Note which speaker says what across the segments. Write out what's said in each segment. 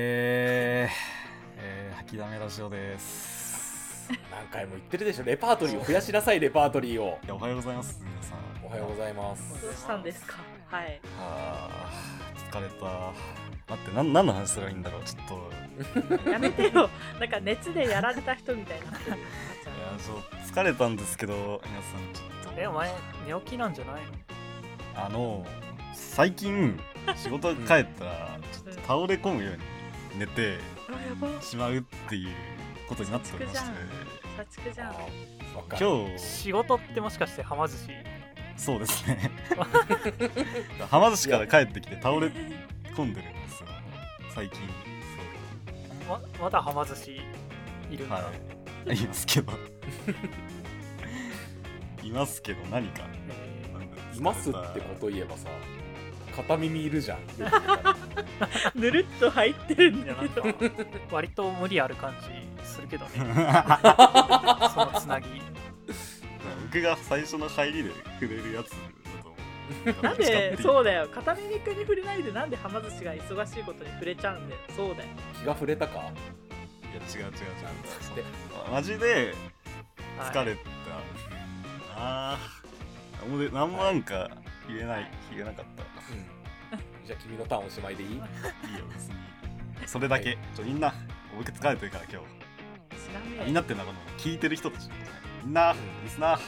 Speaker 1: えー、えー、吐きだめラジオです。
Speaker 2: 何回も言ってるでしょレパートリーを増やしなさいレパートリーを
Speaker 1: いやおはようございます、皆さん。
Speaker 2: おはようございます
Speaker 3: どうしたんですかはい。
Speaker 1: あー疲れた。待って、なん何の話すればいいんだろう、ちょっと。
Speaker 3: やめてよ。 なんか熱でやられた人みたいになってるよ。
Speaker 1: いや、ちょっと疲れたんですけど、皆さん、ちょっと。
Speaker 4: えお前寝起きなんじゃないの
Speaker 1: あの、最近、仕事帰ったら、ちょっと倒れ込むように寝て
Speaker 3: あ、やば。
Speaker 1: しまうっていうことになっておりまして、
Speaker 3: 社畜じゃん。
Speaker 2: わかる
Speaker 1: 今日、
Speaker 4: 仕事ってもしかしてはま寿司
Speaker 1: そうです ね。はま寿司から帰ってきて倒れ込んでるんですよ、最近。そう
Speaker 4: ままだはま寿司いるんだ、
Speaker 1: はい。いますけど。いますけど、何か。
Speaker 4: え
Speaker 2: いますってこと言えばさ片耳いるじゃん
Speaker 3: ぬるっと入ってる
Speaker 4: ー
Speaker 3: ん
Speaker 4: い
Speaker 3: だ
Speaker 4: や
Speaker 3: け
Speaker 4: なん
Speaker 3: ど。
Speaker 4: か 割と無理ある感じするけど ねそのつなぎ
Speaker 1: 僕が最初の入りで触れるやつだと思う。
Speaker 3: なんで
Speaker 1: う
Speaker 3: そうだよ片耳くんに触れないでなんではま寿司が忙しいことに触れちゃうんだよそうだよ
Speaker 2: 気が触れたか
Speaker 1: いや、違う違う違う
Speaker 2: で
Speaker 1: そう。マジで
Speaker 4: はい
Speaker 1: 疲れた。ああ。もうで、なんもなんか言えない、言えなかっ
Speaker 2: うんじゃあ君のターンおしまいでいい
Speaker 1: た。いいよ、別に。それだけ。ちょ、みんな、僕疲れてるから今日。
Speaker 3: 知らね
Speaker 1: みんなっていうのはこの聞いてる人たち。みんな、リスナー。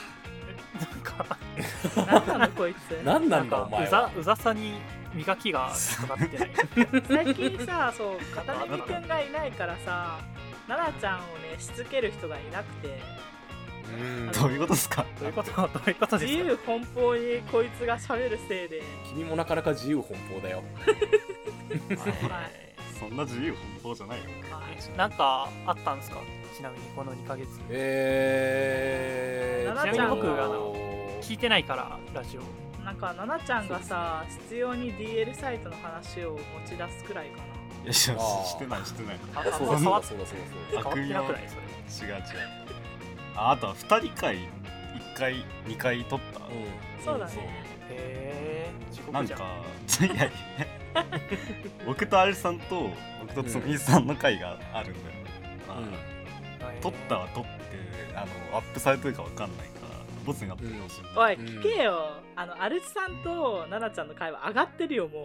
Speaker 4: なんか
Speaker 3: え何なのこいつ
Speaker 2: 何なんだ
Speaker 4: か
Speaker 2: お前
Speaker 4: う
Speaker 2: は
Speaker 4: ざうざさに磨きがか かってない
Speaker 3: 最近さそう片耳くんがいないからさ奈々ちゃんをねしつける人がいなくて
Speaker 2: うん
Speaker 1: どういうことですか
Speaker 4: どういうことどういうことで
Speaker 3: 自
Speaker 4: すか
Speaker 3: 由奔放にこいつが喋るせいで
Speaker 2: 君もなかなか自由奔放だよ
Speaker 3: はい
Speaker 1: そんな自由奔放じゃないよ。
Speaker 4: えなんかあったんですかちなみにこの2ヶ月
Speaker 2: えー
Speaker 3: ちなみに僕があ
Speaker 4: の聞いてないからラジオ
Speaker 3: なんか奈々ちゃんがさ必要に DL サイトの話を持ち出すくらいかない
Speaker 1: や、し
Speaker 2: あー
Speaker 1: してない、してない。
Speaker 4: あ
Speaker 2: あ
Speaker 4: あ
Speaker 2: そ
Speaker 4: ん
Speaker 2: う
Speaker 4: ま
Speaker 2: だ
Speaker 4: 変
Speaker 2: そう
Speaker 4: わ
Speaker 2: だ
Speaker 4: っ
Speaker 2: そうだそうだ
Speaker 4: 変わってなくないそれ
Speaker 1: 違う違う。ああとは2人会、1回、2回撮った。
Speaker 2: うん
Speaker 3: そうだね
Speaker 4: へえ地
Speaker 1: な
Speaker 4: 獄
Speaker 1: ん
Speaker 4: じゃん
Speaker 1: か、 いやいや、僕とアルさんと、僕とつみさんの会があるんだよ。まあ
Speaker 2: うん
Speaker 1: 撮ったは撮って、あの、アップされてるかわかんないから、ボツになってるかもしれない。
Speaker 3: おい
Speaker 2: うん
Speaker 3: 聞けよ、あのアルチさんと奈々ちゃんの会話上がってるよもう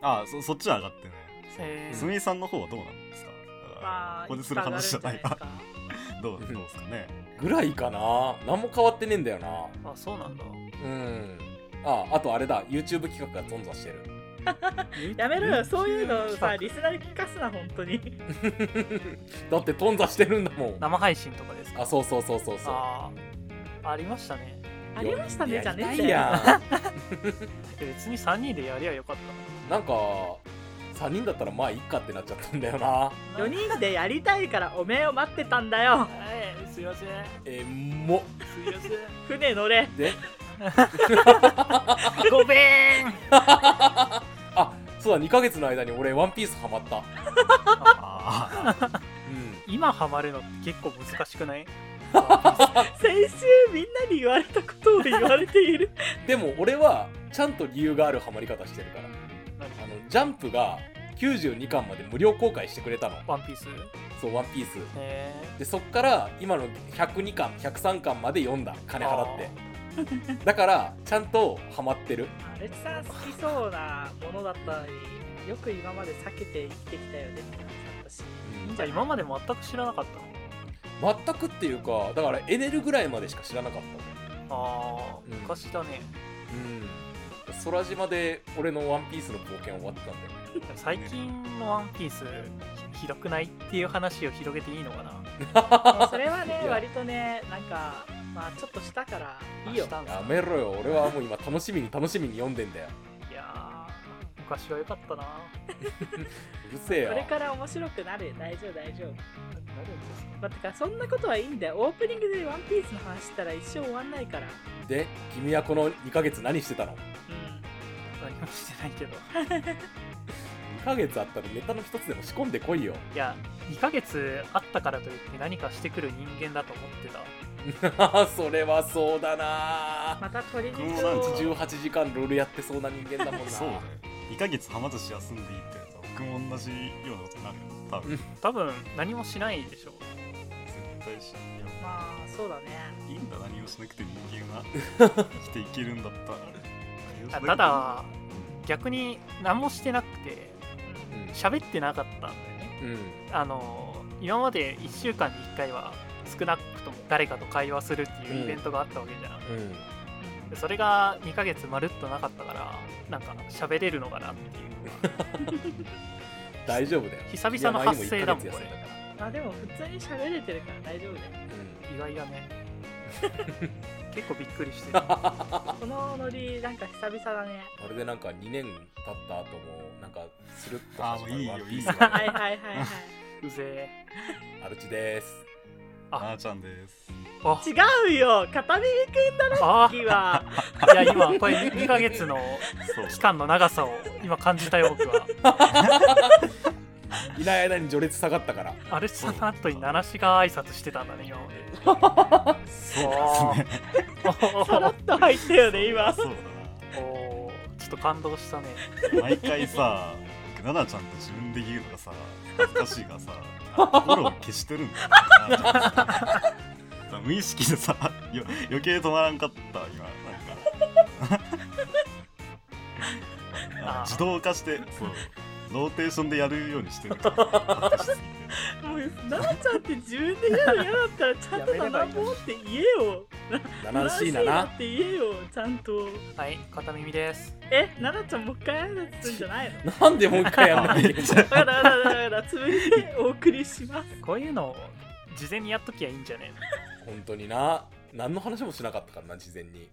Speaker 1: ああそ、そっちは上がってね。
Speaker 4: え
Speaker 1: つ
Speaker 4: ー
Speaker 1: みさんの方はどうなんですかだから
Speaker 3: まあ
Speaker 1: ここでする話じゃない
Speaker 3: つか
Speaker 1: わ
Speaker 3: 上がるんじゃないで
Speaker 1: どう、どうですかね。
Speaker 2: ぐらいかな何も変わってねえんだよな
Speaker 4: あそうなんだ
Speaker 2: うんああとあれだ YouTube 企画が存在してる
Speaker 3: すかやめろよそういうのをさ
Speaker 4: うん
Speaker 3: リスナーに聞かすな本当に
Speaker 2: だって頓挫してるんだもん
Speaker 4: 生配信とかですか
Speaker 2: あそうそうそうそうそう
Speaker 4: あーありましたね
Speaker 3: ありましたねじゃねえんだ
Speaker 2: やり
Speaker 3: よ
Speaker 2: たいや
Speaker 4: いや別に3人でやりゃよかっ
Speaker 2: んなんか3人だったらまあいっかってなっちゃったんだよな
Speaker 4: たな
Speaker 3: 4人でやりたいからおめえを待ってたんだよ
Speaker 4: えーすいません
Speaker 2: えー、も
Speaker 4: すいませ
Speaker 3: 船乗れ
Speaker 2: で
Speaker 4: んごめん
Speaker 2: あそうだ2ヶ月の間に俺ワンピースハマった
Speaker 1: ああ。
Speaker 2: う
Speaker 4: 今ハマるのって結構難しく ない
Speaker 3: 先週みんなに言われたことを言われている
Speaker 2: んでも俺はちゃんと理由があるハマり方してるから
Speaker 4: 何
Speaker 2: あのジャンプが92巻まで無料公開してくれたの
Speaker 4: ワンピース
Speaker 2: そうワンピース
Speaker 4: え
Speaker 2: でそっから今の102巻103巻まで読んだ
Speaker 4: ー
Speaker 2: 金払ってだからちゃんとハマってる
Speaker 3: アルチさん好きそうなものだったのによく今まで避けて生きてきたよねって感じだったしいいん
Speaker 4: じ
Speaker 3: じゃな
Speaker 4: ゃあ
Speaker 3: い
Speaker 4: 今まで全く知らなかったの
Speaker 2: 全くっていうかだからエネルぐらいまでしか知らなかった
Speaker 4: あ
Speaker 2: うん
Speaker 4: ー昔だね、
Speaker 2: うん空島で俺の「ワンピースの冒険終わってたんだよ
Speaker 4: 最近のワンピースひひどくないっていう話を広げていいのかな
Speaker 3: まあそれはいね
Speaker 2: や
Speaker 3: 割とねなんかまあちょっとしたからいいよ
Speaker 4: 明日の
Speaker 2: やめろよ俺はもう今楽しみに楽しみに読んでんだよ
Speaker 4: いやー昔は良かったな
Speaker 2: うるせえよ
Speaker 3: これから面白くなる大丈夫大丈夫
Speaker 4: ななるんですか
Speaker 3: まあ、てかそんなことはいいんだよオープニングで「ワンピースの話したら一生終わんないから
Speaker 2: で君はこの2ヶ月何してたの
Speaker 3: う
Speaker 4: 何もしてないけど
Speaker 2: 2ヶ月あったらネタの一つでも仕込んでこいよ
Speaker 4: いや2ヶ月あったからといって何かしてくる人間だと思ってた
Speaker 2: それはそうだ
Speaker 3: ん
Speaker 2: な
Speaker 3: また鳥肉
Speaker 1: そうなん
Speaker 3: を
Speaker 1: です
Speaker 2: 18時間ロールやってそうな人間だもんな
Speaker 1: そうだよ。2ヶ月浜寿司休んでいいってやつは君も同じようなことになるよ多分
Speaker 2: うん
Speaker 4: 多分何もしないでしょう
Speaker 1: 絶対しいや
Speaker 3: まあそうだね
Speaker 1: いいんだ何もしなくて人間は生きていけるんだったら何をしなく
Speaker 4: あ
Speaker 1: ても
Speaker 4: ただ
Speaker 1: うん
Speaker 4: 逆に何もしてなくて喋ってなかったんだよね
Speaker 2: うん。うん。
Speaker 4: あの今まで1週間に1回は少なくとも誰かと会話するっていうイベントがあったわけじゃん、
Speaker 2: うん。
Speaker 4: でそれが2ヶ月まるっとなかったからなんか喋れるのかなっていう
Speaker 2: 大丈夫だよ。
Speaker 4: 久々の発生だもん
Speaker 2: いや
Speaker 4: こ
Speaker 2: 前
Speaker 4: れ
Speaker 2: も一ヶ月休だか
Speaker 3: まあでも普通に喋れてるから大丈夫だよ
Speaker 4: 意外だね結構びっくりしてる
Speaker 3: このノリなんか久々 だね
Speaker 2: らうん。あれでなんか2年経った後も、なんか、スルッと
Speaker 1: あ
Speaker 2: 始
Speaker 1: も
Speaker 2: ま
Speaker 1: う
Speaker 2: る
Speaker 1: いいよ
Speaker 2: ワンピ
Speaker 1: い
Speaker 2: ース
Speaker 1: い
Speaker 2: が
Speaker 3: はいはいはいは
Speaker 4: うぜ
Speaker 2: アルチです。
Speaker 4: あ
Speaker 1: なあちゃんです
Speaker 4: え あ
Speaker 3: い違うよ片耳
Speaker 4: あ
Speaker 3: きはい
Speaker 4: や今これ2ヶ月の
Speaker 1: そう
Speaker 4: 期間の長さを今感じたよ僕は い
Speaker 2: ない間に序列下がったから。
Speaker 4: アルチさんの後にナナシが挨拶してたんだね今まで
Speaker 1: そうですね
Speaker 4: お
Speaker 3: さら
Speaker 4: ー
Speaker 3: っと入ったよね今
Speaker 1: そう
Speaker 4: おーちょっと感動したね
Speaker 1: だな毎回さ僕奈々ちゃんって自分で言うのがさ恥ずかしいからさフォロー消してるんだよ奈々ちゃんさ無意識でさよ余計止まらんかった今 なんかあ
Speaker 4: あー
Speaker 1: 自動化してそうローテーションでやるようにしてるから恥ずかしすぎて
Speaker 3: もう奈々ちゃんって自分で言うの嫌だったらちゃんと「七ぼう」って言えよ
Speaker 2: 7
Speaker 3: し
Speaker 2: し
Speaker 3: い
Speaker 2: いなな。
Speaker 3: って言えよちゃんと
Speaker 4: はい片耳です
Speaker 3: え奈々ちゃんもう一回挨拶するんじゃないの
Speaker 2: なんでもう一回やんなきゃいけない
Speaker 3: だからだからだからつぶりでお送りします
Speaker 4: こういうのを事前にやっときゃいいんじゃねえの
Speaker 2: 本当にな何の話もしなかったからな事前に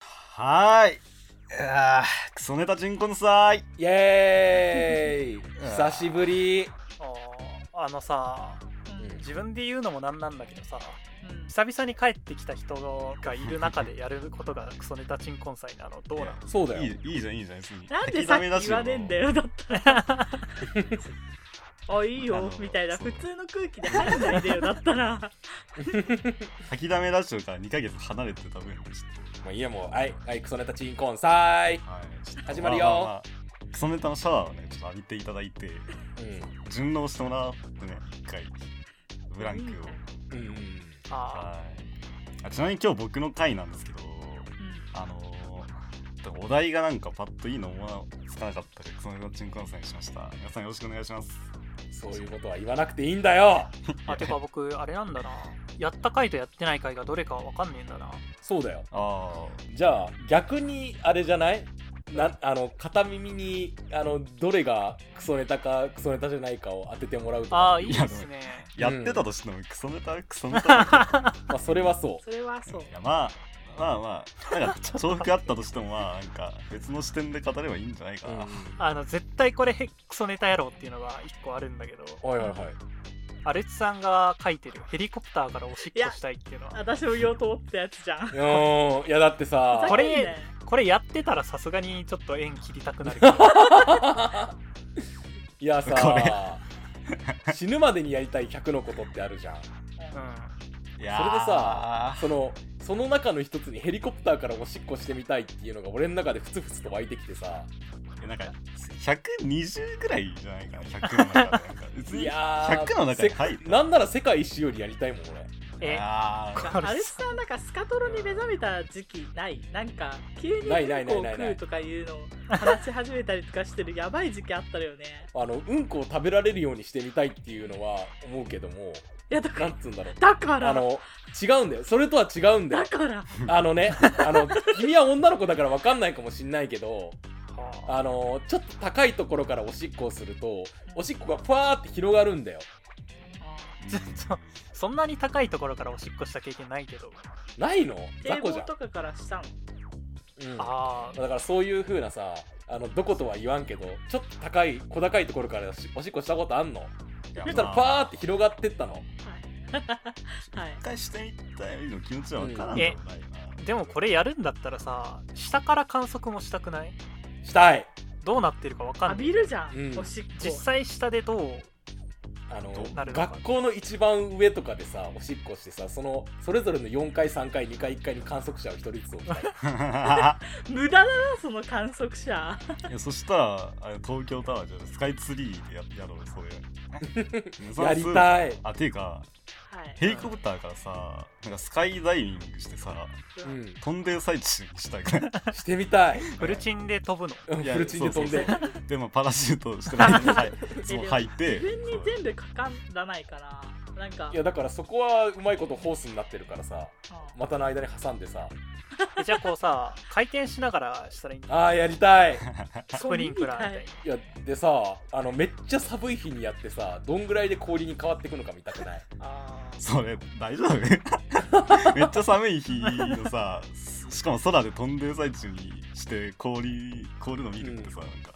Speaker 1: はーい。あークソネタ人コンさーい。
Speaker 2: イエーイ久しぶり
Speaker 4: あーあのさ
Speaker 2: うん
Speaker 4: 自分で言うのもなんなんだけどさ
Speaker 3: うん
Speaker 4: 久々に帰ってきた人がいる中でやることがクソネタチンコン祭なのどうなの
Speaker 2: そうだ
Speaker 1: い
Speaker 2: よ
Speaker 1: いいいじゃんいいじゃん別に。
Speaker 3: なんでさっき言わねえんだよだっ たらあいい
Speaker 1: あの
Speaker 3: よみたいな
Speaker 1: そう
Speaker 3: 普通の空気で入んないでよだったら
Speaker 1: 吐きだめラジオから2ヶ月離れてた分ちょっ
Speaker 2: もういいやもうはいはいクソネタチンコンさーい
Speaker 1: と。はい。ちょっと
Speaker 2: 始まるよ
Speaker 1: あああクソネタのシャワーをねちょっと浴びていただいて順応してもらってね一回ブランクを。
Speaker 2: うんうんうん
Speaker 4: あ
Speaker 1: はい。あちなみに今日僕の回なんですけど
Speaker 3: うん
Speaker 1: あのーお題がなんかパッといいのもつかなかったらクソネタ人コンさんにしました。皆さんよろしくお願いします。
Speaker 2: そういうことは言わなくていいんだよ
Speaker 4: あてか僕あれなんだなやった回とやってない回がどれかわかんねえん だな
Speaker 2: そうだよ
Speaker 1: あ
Speaker 2: じゃあ逆にあれじゃないなあの片耳にあのどれがクソネタかクソネタじゃないかを当ててもらうとか
Speaker 4: あーいいですね
Speaker 1: あやってたとしてもクソネタクソネタ。
Speaker 2: まあ、それは そ
Speaker 3: それはそう
Speaker 1: いやまあまあまあ なんか重複あったとしてもまあなんか別の視点で語ればいいんじゃないか
Speaker 2: う、う
Speaker 1: な、
Speaker 2: ん、
Speaker 4: あの絶対これヘックソネタ野郎っていうのが1個あるんだけど
Speaker 2: はいはいはい
Speaker 4: アルチさんが書いてるヘリコプターからおしっこしたいっていうのは
Speaker 3: 私も言おうと思ったやつじゃん
Speaker 2: うーんいやだってさ
Speaker 4: これこれやってたらさすがにちょっと縁切りたくなるけど
Speaker 2: いやさ死ぬまでにやりたい100のことってあるじゃん
Speaker 4: う
Speaker 1: い
Speaker 2: それでさそのその中の一つにヘリコプターからおしっこしてみたいっていうのが俺の中でふつふつと湧いてきてさ
Speaker 1: いやなんか120ぐらいじゃないかな100の中でなんか別
Speaker 2: い
Speaker 1: に
Speaker 2: やー
Speaker 1: 100の中に入
Speaker 2: せ
Speaker 1: る
Speaker 2: なんなら世界一周よりやりたいもん俺
Speaker 4: んえ
Speaker 1: あー
Speaker 4: こ
Speaker 3: ア
Speaker 4: れ
Speaker 3: ルチさんなんかスカトロに目覚めた時期ないなんか急に
Speaker 2: ないない
Speaker 3: 結
Speaker 2: ない
Speaker 3: 構
Speaker 2: ないな
Speaker 3: 食
Speaker 2: いう
Speaker 3: とかいうのを話し始めたりとかしてるやばい時期あった よね
Speaker 2: あのうんこを食べられるようにしてみたいっていうのは思うけども
Speaker 3: いやだ
Speaker 2: な
Speaker 3: から
Speaker 2: んつうんだろう
Speaker 3: だか
Speaker 2: あ
Speaker 3: ら
Speaker 2: の違うんだよそれとは違うんだよ
Speaker 3: だから
Speaker 2: あのねあの君は女の子だから分かんないかもしんないけど
Speaker 4: は
Speaker 2: あのちょっと高いところからおしっこをするとおしっこがふわーって広がるんだよ
Speaker 4: あちょっとそんなに高いところからおしっこした経験ないけど
Speaker 2: ないの雑
Speaker 3: 堤
Speaker 2: 魚
Speaker 3: 防
Speaker 2: じゃん
Speaker 3: とかからしたの
Speaker 2: うん
Speaker 4: あー
Speaker 2: だからそういう風なさあのどことは言わんけどちょっと高い小高いところからおしおしっこしたことあんの
Speaker 1: いや
Speaker 2: そしたらパーって広がってったの
Speaker 3: はいはい
Speaker 1: 一回してみたいの気持ちは分からんでもないな、
Speaker 4: でもこれやるんだったらさ下から観測もしたくない
Speaker 2: したい
Speaker 4: どうなってるかわかん
Speaker 3: 浴
Speaker 4: ない
Speaker 3: びるじゃん、
Speaker 2: うん
Speaker 3: おしっこ
Speaker 4: 実際下でどう
Speaker 2: あの
Speaker 1: ど
Speaker 4: なるのか
Speaker 2: 学校の一番上とかでさおしっこしてさそのそれぞれの4回3回2回1回に観測者を1人ずつ置 きたい
Speaker 3: 無駄だなその観測者
Speaker 1: いやそしたらあれ東京タワーじゃないスカイツリーでややろうそ れ
Speaker 2: やりたい
Speaker 1: あていうか
Speaker 3: はい
Speaker 1: ヘリコプターからさなんかスカイダイビングしてさ
Speaker 2: うん
Speaker 1: 飛んでる最中にしたいから
Speaker 2: してみたい
Speaker 4: フルチンで飛ぶの
Speaker 2: うん
Speaker 1: いや
Speaker 2: フルチンで飛んで
Speaker 1: そうでもパラシュートしてないで はいそ
Speaker 3: で
Speaker 1: う
Speaker 3: も
Speaker 1: 履いて
Speaker 3: 自分に全部かからないからなんか
Speaker 2: いやだからそこはうまいことホースになってるからさ
Speaker 3: うん
Speaker 2: 股の間に挟んでさ
Speaker 4: えじゃあこうさ回転しながらしたらいいんだ
Speaker 2: あーやりたい
Speaker 4: スプリンクラーみたいに
Speaker 3: そ
Speaker 2: いやでさあのめっちゃ寒い日にやってさどんぐらいで氷に変わってくのか見たくない
Speaker 3: あー
Speaker 1: それ大丈夫 めっちゃ寒い日のさしかも空で飛んでる最中にして氷凍るの見るってさ、なんか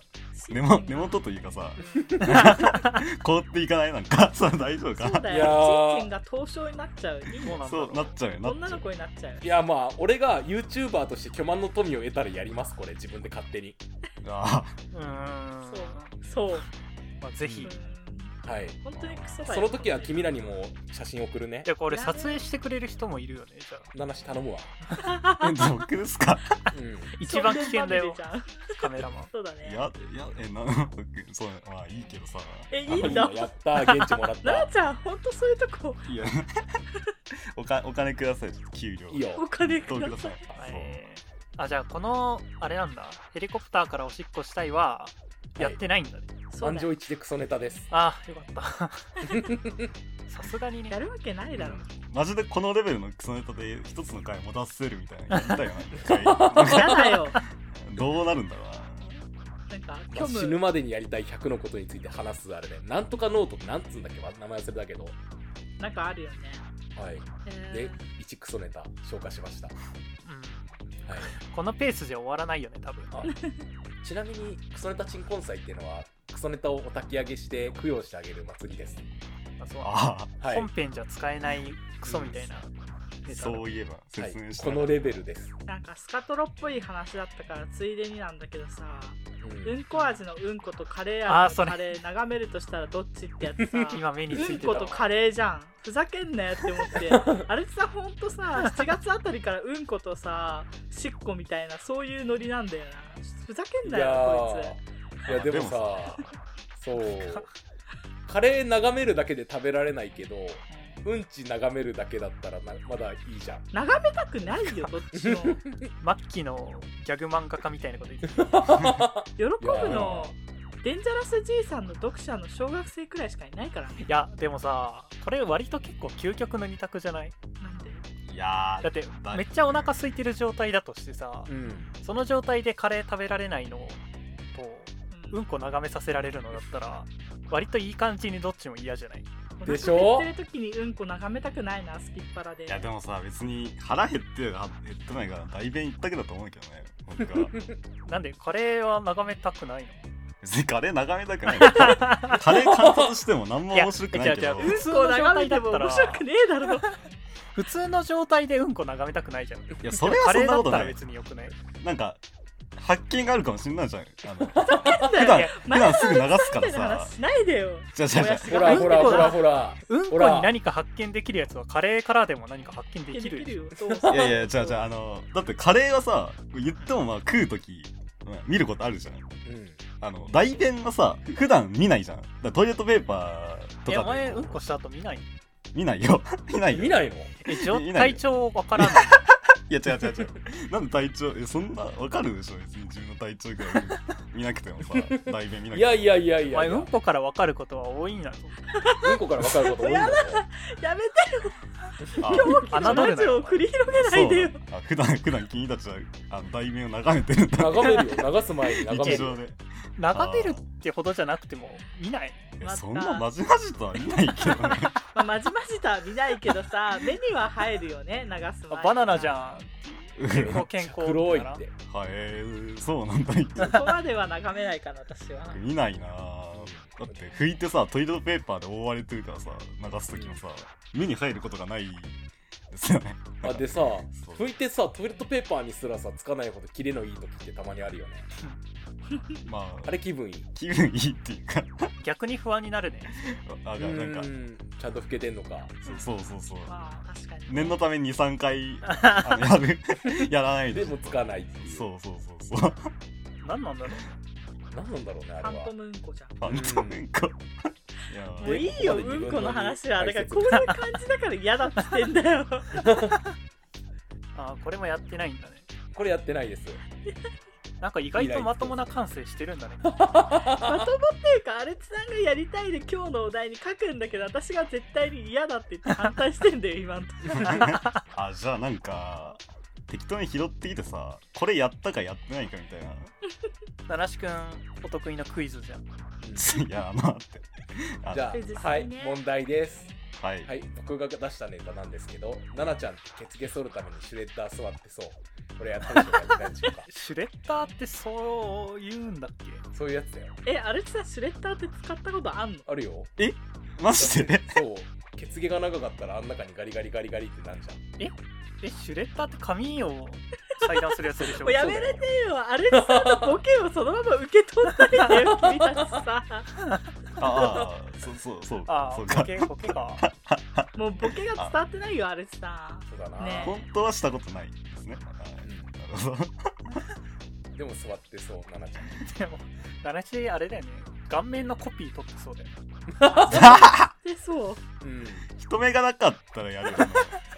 Speaker 1: 根も根元というか さ凍っていかないなんかさ大丈夫
Speaker 3: そう
Speaker 1: か
Speaker 3: だ
Speaker 2: いやー
Speaker 3: よチンチンが凍傷になっちゃう
Speaker 4: どうなんだ
Speaker 1: そ
Speaker 4: ろ
Speaker 1: うなっちゃうよなっ
Speaker 3: 女
Speaker 1: ちゃ
Speaker 3: の
Speaker 1: う
Speaker 3: 子になっちゃう
Speaker 2: いやまあ俺が YouTuber として巨万の富を得たらやりますこれ自分で勝手に
Speaker 1: あ
Speaker 4: うーん
Speaker 3: そうそう
Speaker 4: まあぜひ、
Speaker 3: うん
Speaker 4: じ
Speaker 2: はい
Speaker 3: 本当にクソだよ
Speaker 2: その時は君らにも写真送るね
Speaker 4: ゃあこれ撮影してくれる人もいるよねじゃあ
Speaker 2: ナナシ頼むわ、
Speaker 1: あえ僕ですか
Speaker 2: うん、
Speaker 4: 一番危険だよ
Speaker 3: そんな番組じ
Speaker 4: カメラマン
Speaker 3: ゃんそうだ
Speaker 1: い
Speaker 3: ね
Speaker 1: やいやえな そうまあいいけどさ
Speaker 3: えい
Speaker 1: あの
Speaker 3: いんだ
Speaker 2: やったー現地もらった
Speaker 3: な なちゃん本当そういうとこ
Speaker 1: いや おかお金くださいちょっと給料
Speaker 2: いいよ
Speaker 3: お金く
Speaker 1: 東京だ
Speaker 3: ださ
Speaker 1: さ
Speaker 3: い
Speaker 1: い
Speaker 4: えーあじゃあこのあれなんだヘリコプターからおしっこしたいはやってないんだね、
Speaker 3: そう
Speaker 2: 満
Speaker 3: だ
Speaker 2: 場
Speaker 3: よ
Speaker 2: 一致でクソネタです
Speaker 4: ああよ かったさすがにね
Speaker 3: やるわけないだろ
Speaker 1: マジでこのレベルのクソネタで一つの回持たせるみたいなやりたいよな一
Speaker 3: 嫌
Speaker 1: 回
Speaker 3: だよ
Speaker 1: どうなるんだろ
Speaker 3: なんか
Speaker 2: まあ
Speaker 3: 虚無
Speaker 2: 死ぬまでにやりたい100のことについて話すあれねなんとかノートってなんつうんだっけわ名前忘れたけど
Speaker 3: なんかあるよね
Speaker 2: はい
Speaker 3: え
Speaker 2: で1クソネタ消化しました、は
Speaker 4: うん
Speaker 2: い、
Speaker 4: このペースじゃ終わらないよね多分
Speaker 2: あちなみにクソネタ鎮魂祭っていうのはクソネタをお焚き上げして供養してあげる祭りです、
Speaker 4: あそう
Speaker 1: なあ
Speaker 2: はい
Speaker 4: 本編じゃ使えないクソみたいな
Speaker 1: あ
Speaker 4: ネタだ
Speaker 1: そういえば
Speaker 2: は
Speaker 1: 説明
Speaker 2: い、
Speaker 1: した、
Speaker 2: このレベルです、
Speaker 3: ーなんかスカトロっぽい話だったからついでになんだけどさ
Speaker 2: うん
Speaker 3: うんこ味のうんことカレー
Speaker 4: あー
Speaker 3: 味
Speaker 4: そ
Speaker 3: の
Speaker 4: れ
Speaker 3: カレー眺めるとしたらどっちってやつ さ
Speaker 4: 今目につ
Speaker 3: う
Speaker 4: い
Speaker 3: ん
Speaker 4: てた
Speaker 3: こ
Speaker 4: わ
Speaker 3: とカレーじゃんふざけんなよって思ってあれさほんとさ7月あたりからうんことさしっこみたいなそういうノリなんだよなふざけん
Speaker 2: い
Speaker 3: な
Speaker 2: や
Speaker 3: よこいつ
Speaker 2: ーいやでも
Speaker 1: で
Speaker 2: さそうカレー眺めるだけで食べられないけどうんち眺めるだけだったらなまだいいじゃん
Speaker 3: 眺めたくないよどっちも
Speaker 4: 末期のギャグ漫画家みたいなこと言って た
Speaker 3: 喜ぶ
Speaker 2: いや
Speaker 3: のデンジャラスじいさんの読者の小学生くらいしかいないからね
Speaker 4: いやでもさこれ割と結構究極の二択じゃない
Speaker 3: なんで
Speaker 1: いやー
Speaker 4: だってめっちゃお腹空いてる状態だとしてさ
Speaker 2: うん
Speaker 4: その状態でカレー食べられないのと
Speaker 3: う
Speaker 4: うんんこ眺めさせられるのだったら割といい感じにどっちも嫌じゃない
Speaker 2: でしょ
Speaker 3: お腹空いてる時にうんこ眺めたくないなすきっ腹で
Speaker 1: いやでもさ別に腹減ってる減ってないから代弁行ったけだと思うけどね僕は
Speaker 4: なんでカレーは眺めたくない
Speaker 1: 別にカレー眺めたくないカ
Speaker 4: の
Speaker 1: レー観察しても何も面白くないけ
Speaker 4: いや
Speaker 1: ど
Speaker 4: 違う違う違
Speaker 3: う
Speaker 4: 普
Speaker 3: ん
Speaker 4: 通
Speaker 3: こ
Speaker 4: の状
Speaker 3: 眺めて
Speaker 4: 態だっ
Speaker 3: も
Speaker 4: たら
Speaker 3: 面白くねえだろ
Speaker 4: 普通の状態でうんこ眺めたくないじゃん
Speaker 1: いやそれはそんなこと
Speaker 4: カレーだったら
Speaker 1: ない
Speaker 4: 別によくない
Speaker 1: なんか発見があるかもしれないじゃんあの
Speaker 3: だ
Speaker 1: 普
Speaker 3: よ
Speaker 1: 段普段すぐ流す から
Speaker 3: みたいな
Speaker 1: さ
Speaker 3: 話しないでよ
Speaker 1: じゃじゃ
Speaker 3: も
Speaker 1: じ
Speaker 3: や
Speaker 1: ゃ
Speaker 3: し
Speaker 2: ほらほら
Speaker 4: うんこ
Speaker 2: ほ
Speaker 4: だ
Speaker 2: ら ほら
Speaker 4: うんこ
Speaker 2: ほら
Speaker 4: に何か発見できるやつはカレーからでも何か発見できる
Speaker 3: よ
Speaker 1: いやいやじゃじゃあのだってカレーはさ言ってもまあ食う時まあ見ることあるじゃん
Speaker 2: うん
Speaker 1: あの代弁はさ普段見ないじゃんだからトイレットペーパーと
Speaker 4: えお
Speaker 1: か
Speaker 4: 前
Speaker 1: で
Speaker 4: うんこした後見ない
Speaker 1: 見ないよ 見ないよ
Speaker 2: 見ないの
Speaker 4: え状
Speaker 1: 見ない
Speaker 4: 体
Speaker 1: よ
Speaker 4: 調わからない
Speaker 1: いや違う違う違う。なんで体調、えそんなわかるでしょ別に自分の体調くらい見なくてもさ、代弁見なくても。
Speaker 2: いやいやいや
Speaker 4: お
Speaker 2: いや
Speaker 4: 前
Speaker 2: いうや
Speaker 4: んこからわかることは多いんだぞ
Speaker 2: うんこから分かること多いんだよ
Speaker 3: やめて
Speaker 1: あ、
Speaker 4: 侮るな
Speaker 3: ラジオを繰り広げな
Speaker 1: そ
Speaker 3: いうでよ
Speaker 1: あ普段普段君たちはあの題名を眺めてるんだ。
Speaker 2: 眺めるよ流す前に眺め
Speaker 1: 日
Speaker 2: る
Speaker 1: 常
Speaker 2: よ
Speaker 1: で。
Speaker 4: 眺めるってほどじゃなくても見ない
Speaker 1: え
Speaker 3: また
Speaker 1: そんなまじまじとは見ないけどね。
Speaker 3: まあまじまじとは見ないけど さ目には入るよね流す前
Speaker 4: あバナナじゃん
Speaker 1: うん
Speaker 4: 健康健康
Speaker 2: 黒い
Speaker 4: だ
Speaker 2: っ
Speaker 4: から
Speaker 2: て
Speaker 1: はい、えーそうなんだ。
Speaker 3: そこまでは眺めないかな私は
Speaker 1: 見ないなぁだって拭いてさ、トイレットペーパーで覆われてるからさ、流すときもさ、目に入ることがないですよね。
Speaker 2: あでさ
Speaker 1: そう
Speaker 2: 拭いてさトイレットペーパーにすらさつかないほどキレのいい時ってたまにあるよね
Speaker 1: まあ、
Speaker 2: あれ気分いい
Speaker 1: 気分いいっていうか、
Speaker 4: 逆に不安になるね
Speaker 1: あ、
Speaker 2: う
Speaker 1: なんか、
Speaker 2: んちゃんと拭けてんのか
Speaker 1: そうそうそうそう。
Speaker 3: まあ確かに
Speaker 1: 念のために3回、あのやる、やらない
Speaker 2: で
Speaker 1: で。
Speaker 2: もつかないっていう
Speaker 1: そうそうそうそう。
Speaker 4: 何なんだろう
Speaker 2: 何なんだろうねあれ
Speaker 3: フ
Speaker 2: は
Speaker 3: ァントムうんこじゃん
Speaker 1: ファントムンコ。いや
Speaker 3: もういいようんこの話はだからこういう感じだから嫌だっつってんだ よ
Speaker 4: あーこれもやってないんだね
Speaker 2: これやってないです
Speaker 4: なんか意外とまともな感性してるんだね
Speaker 3: まともっていうかアレツさんがやりたいで今日のお題に書くんだけど私が絶対に嫌だって言って反対してんだよ今んとこ
Speaker 1: あ、じゃあなんか、適当に拾ってきてさ、これやったかやってないかみたいな。
Speaker 4: 七志くんお得意のクイズじゃん
Speaker 1: いや、まあって。あ
Speaker 2: じゃ
Speaker 3: 実
Speaker 2: あは
Speaker 3: 際
Speaker 2: い
Speaker 3: ね
Speaker 2: 問題です
Speaker 1: はい。
Speaker 2: はい僕が出したネタなんですけど奈々ちゃんってケツ毛剃るためにシュレッダー座ってそうこれやったでしょうかやってないでし ょうか
Speaker 4: シュレッダーってそう言うんだっけ
Speaker 2: そういうやつだよ
Speaker 3: えアレツさんシュレッダーって使ったことあんの
Speaker 2: あるよ
Speaker 1: マジで
Speaker 2: そうケツ毛が長かったらあん中にガリガリガリガリってなんじゃん
Speaker 4: えシュレッダーって髪を裁断するやつでし
Speaker 3: も
Speaker 4: ょ
Speaker 3: うやめれてよアレツさんのボケをそのまま受け取ったりだよ君たちさ
Speaker 1: ああ、そうそうそう。
Speaker 4: あ
Speaker 1: そう
Speaker 4: あボ
Speaker 1: か。
Speaker 4: ケボケか
Speaker 3: もうボケが伝わってないよアレツさ
Speaker 2: そうだな、
Speaker 3: ね
Speaker 1: 本当はしたことないですね。はいなるほど。
Speaker 2: うんでも座ってそう奈々ちゃん
Speaker 4: でも七志あれだよね顔面のコピー取ってそうだよね
Speaker 3: んでそう
Speaker 2: うん
Speaker 1: 人目がなかったらやるよね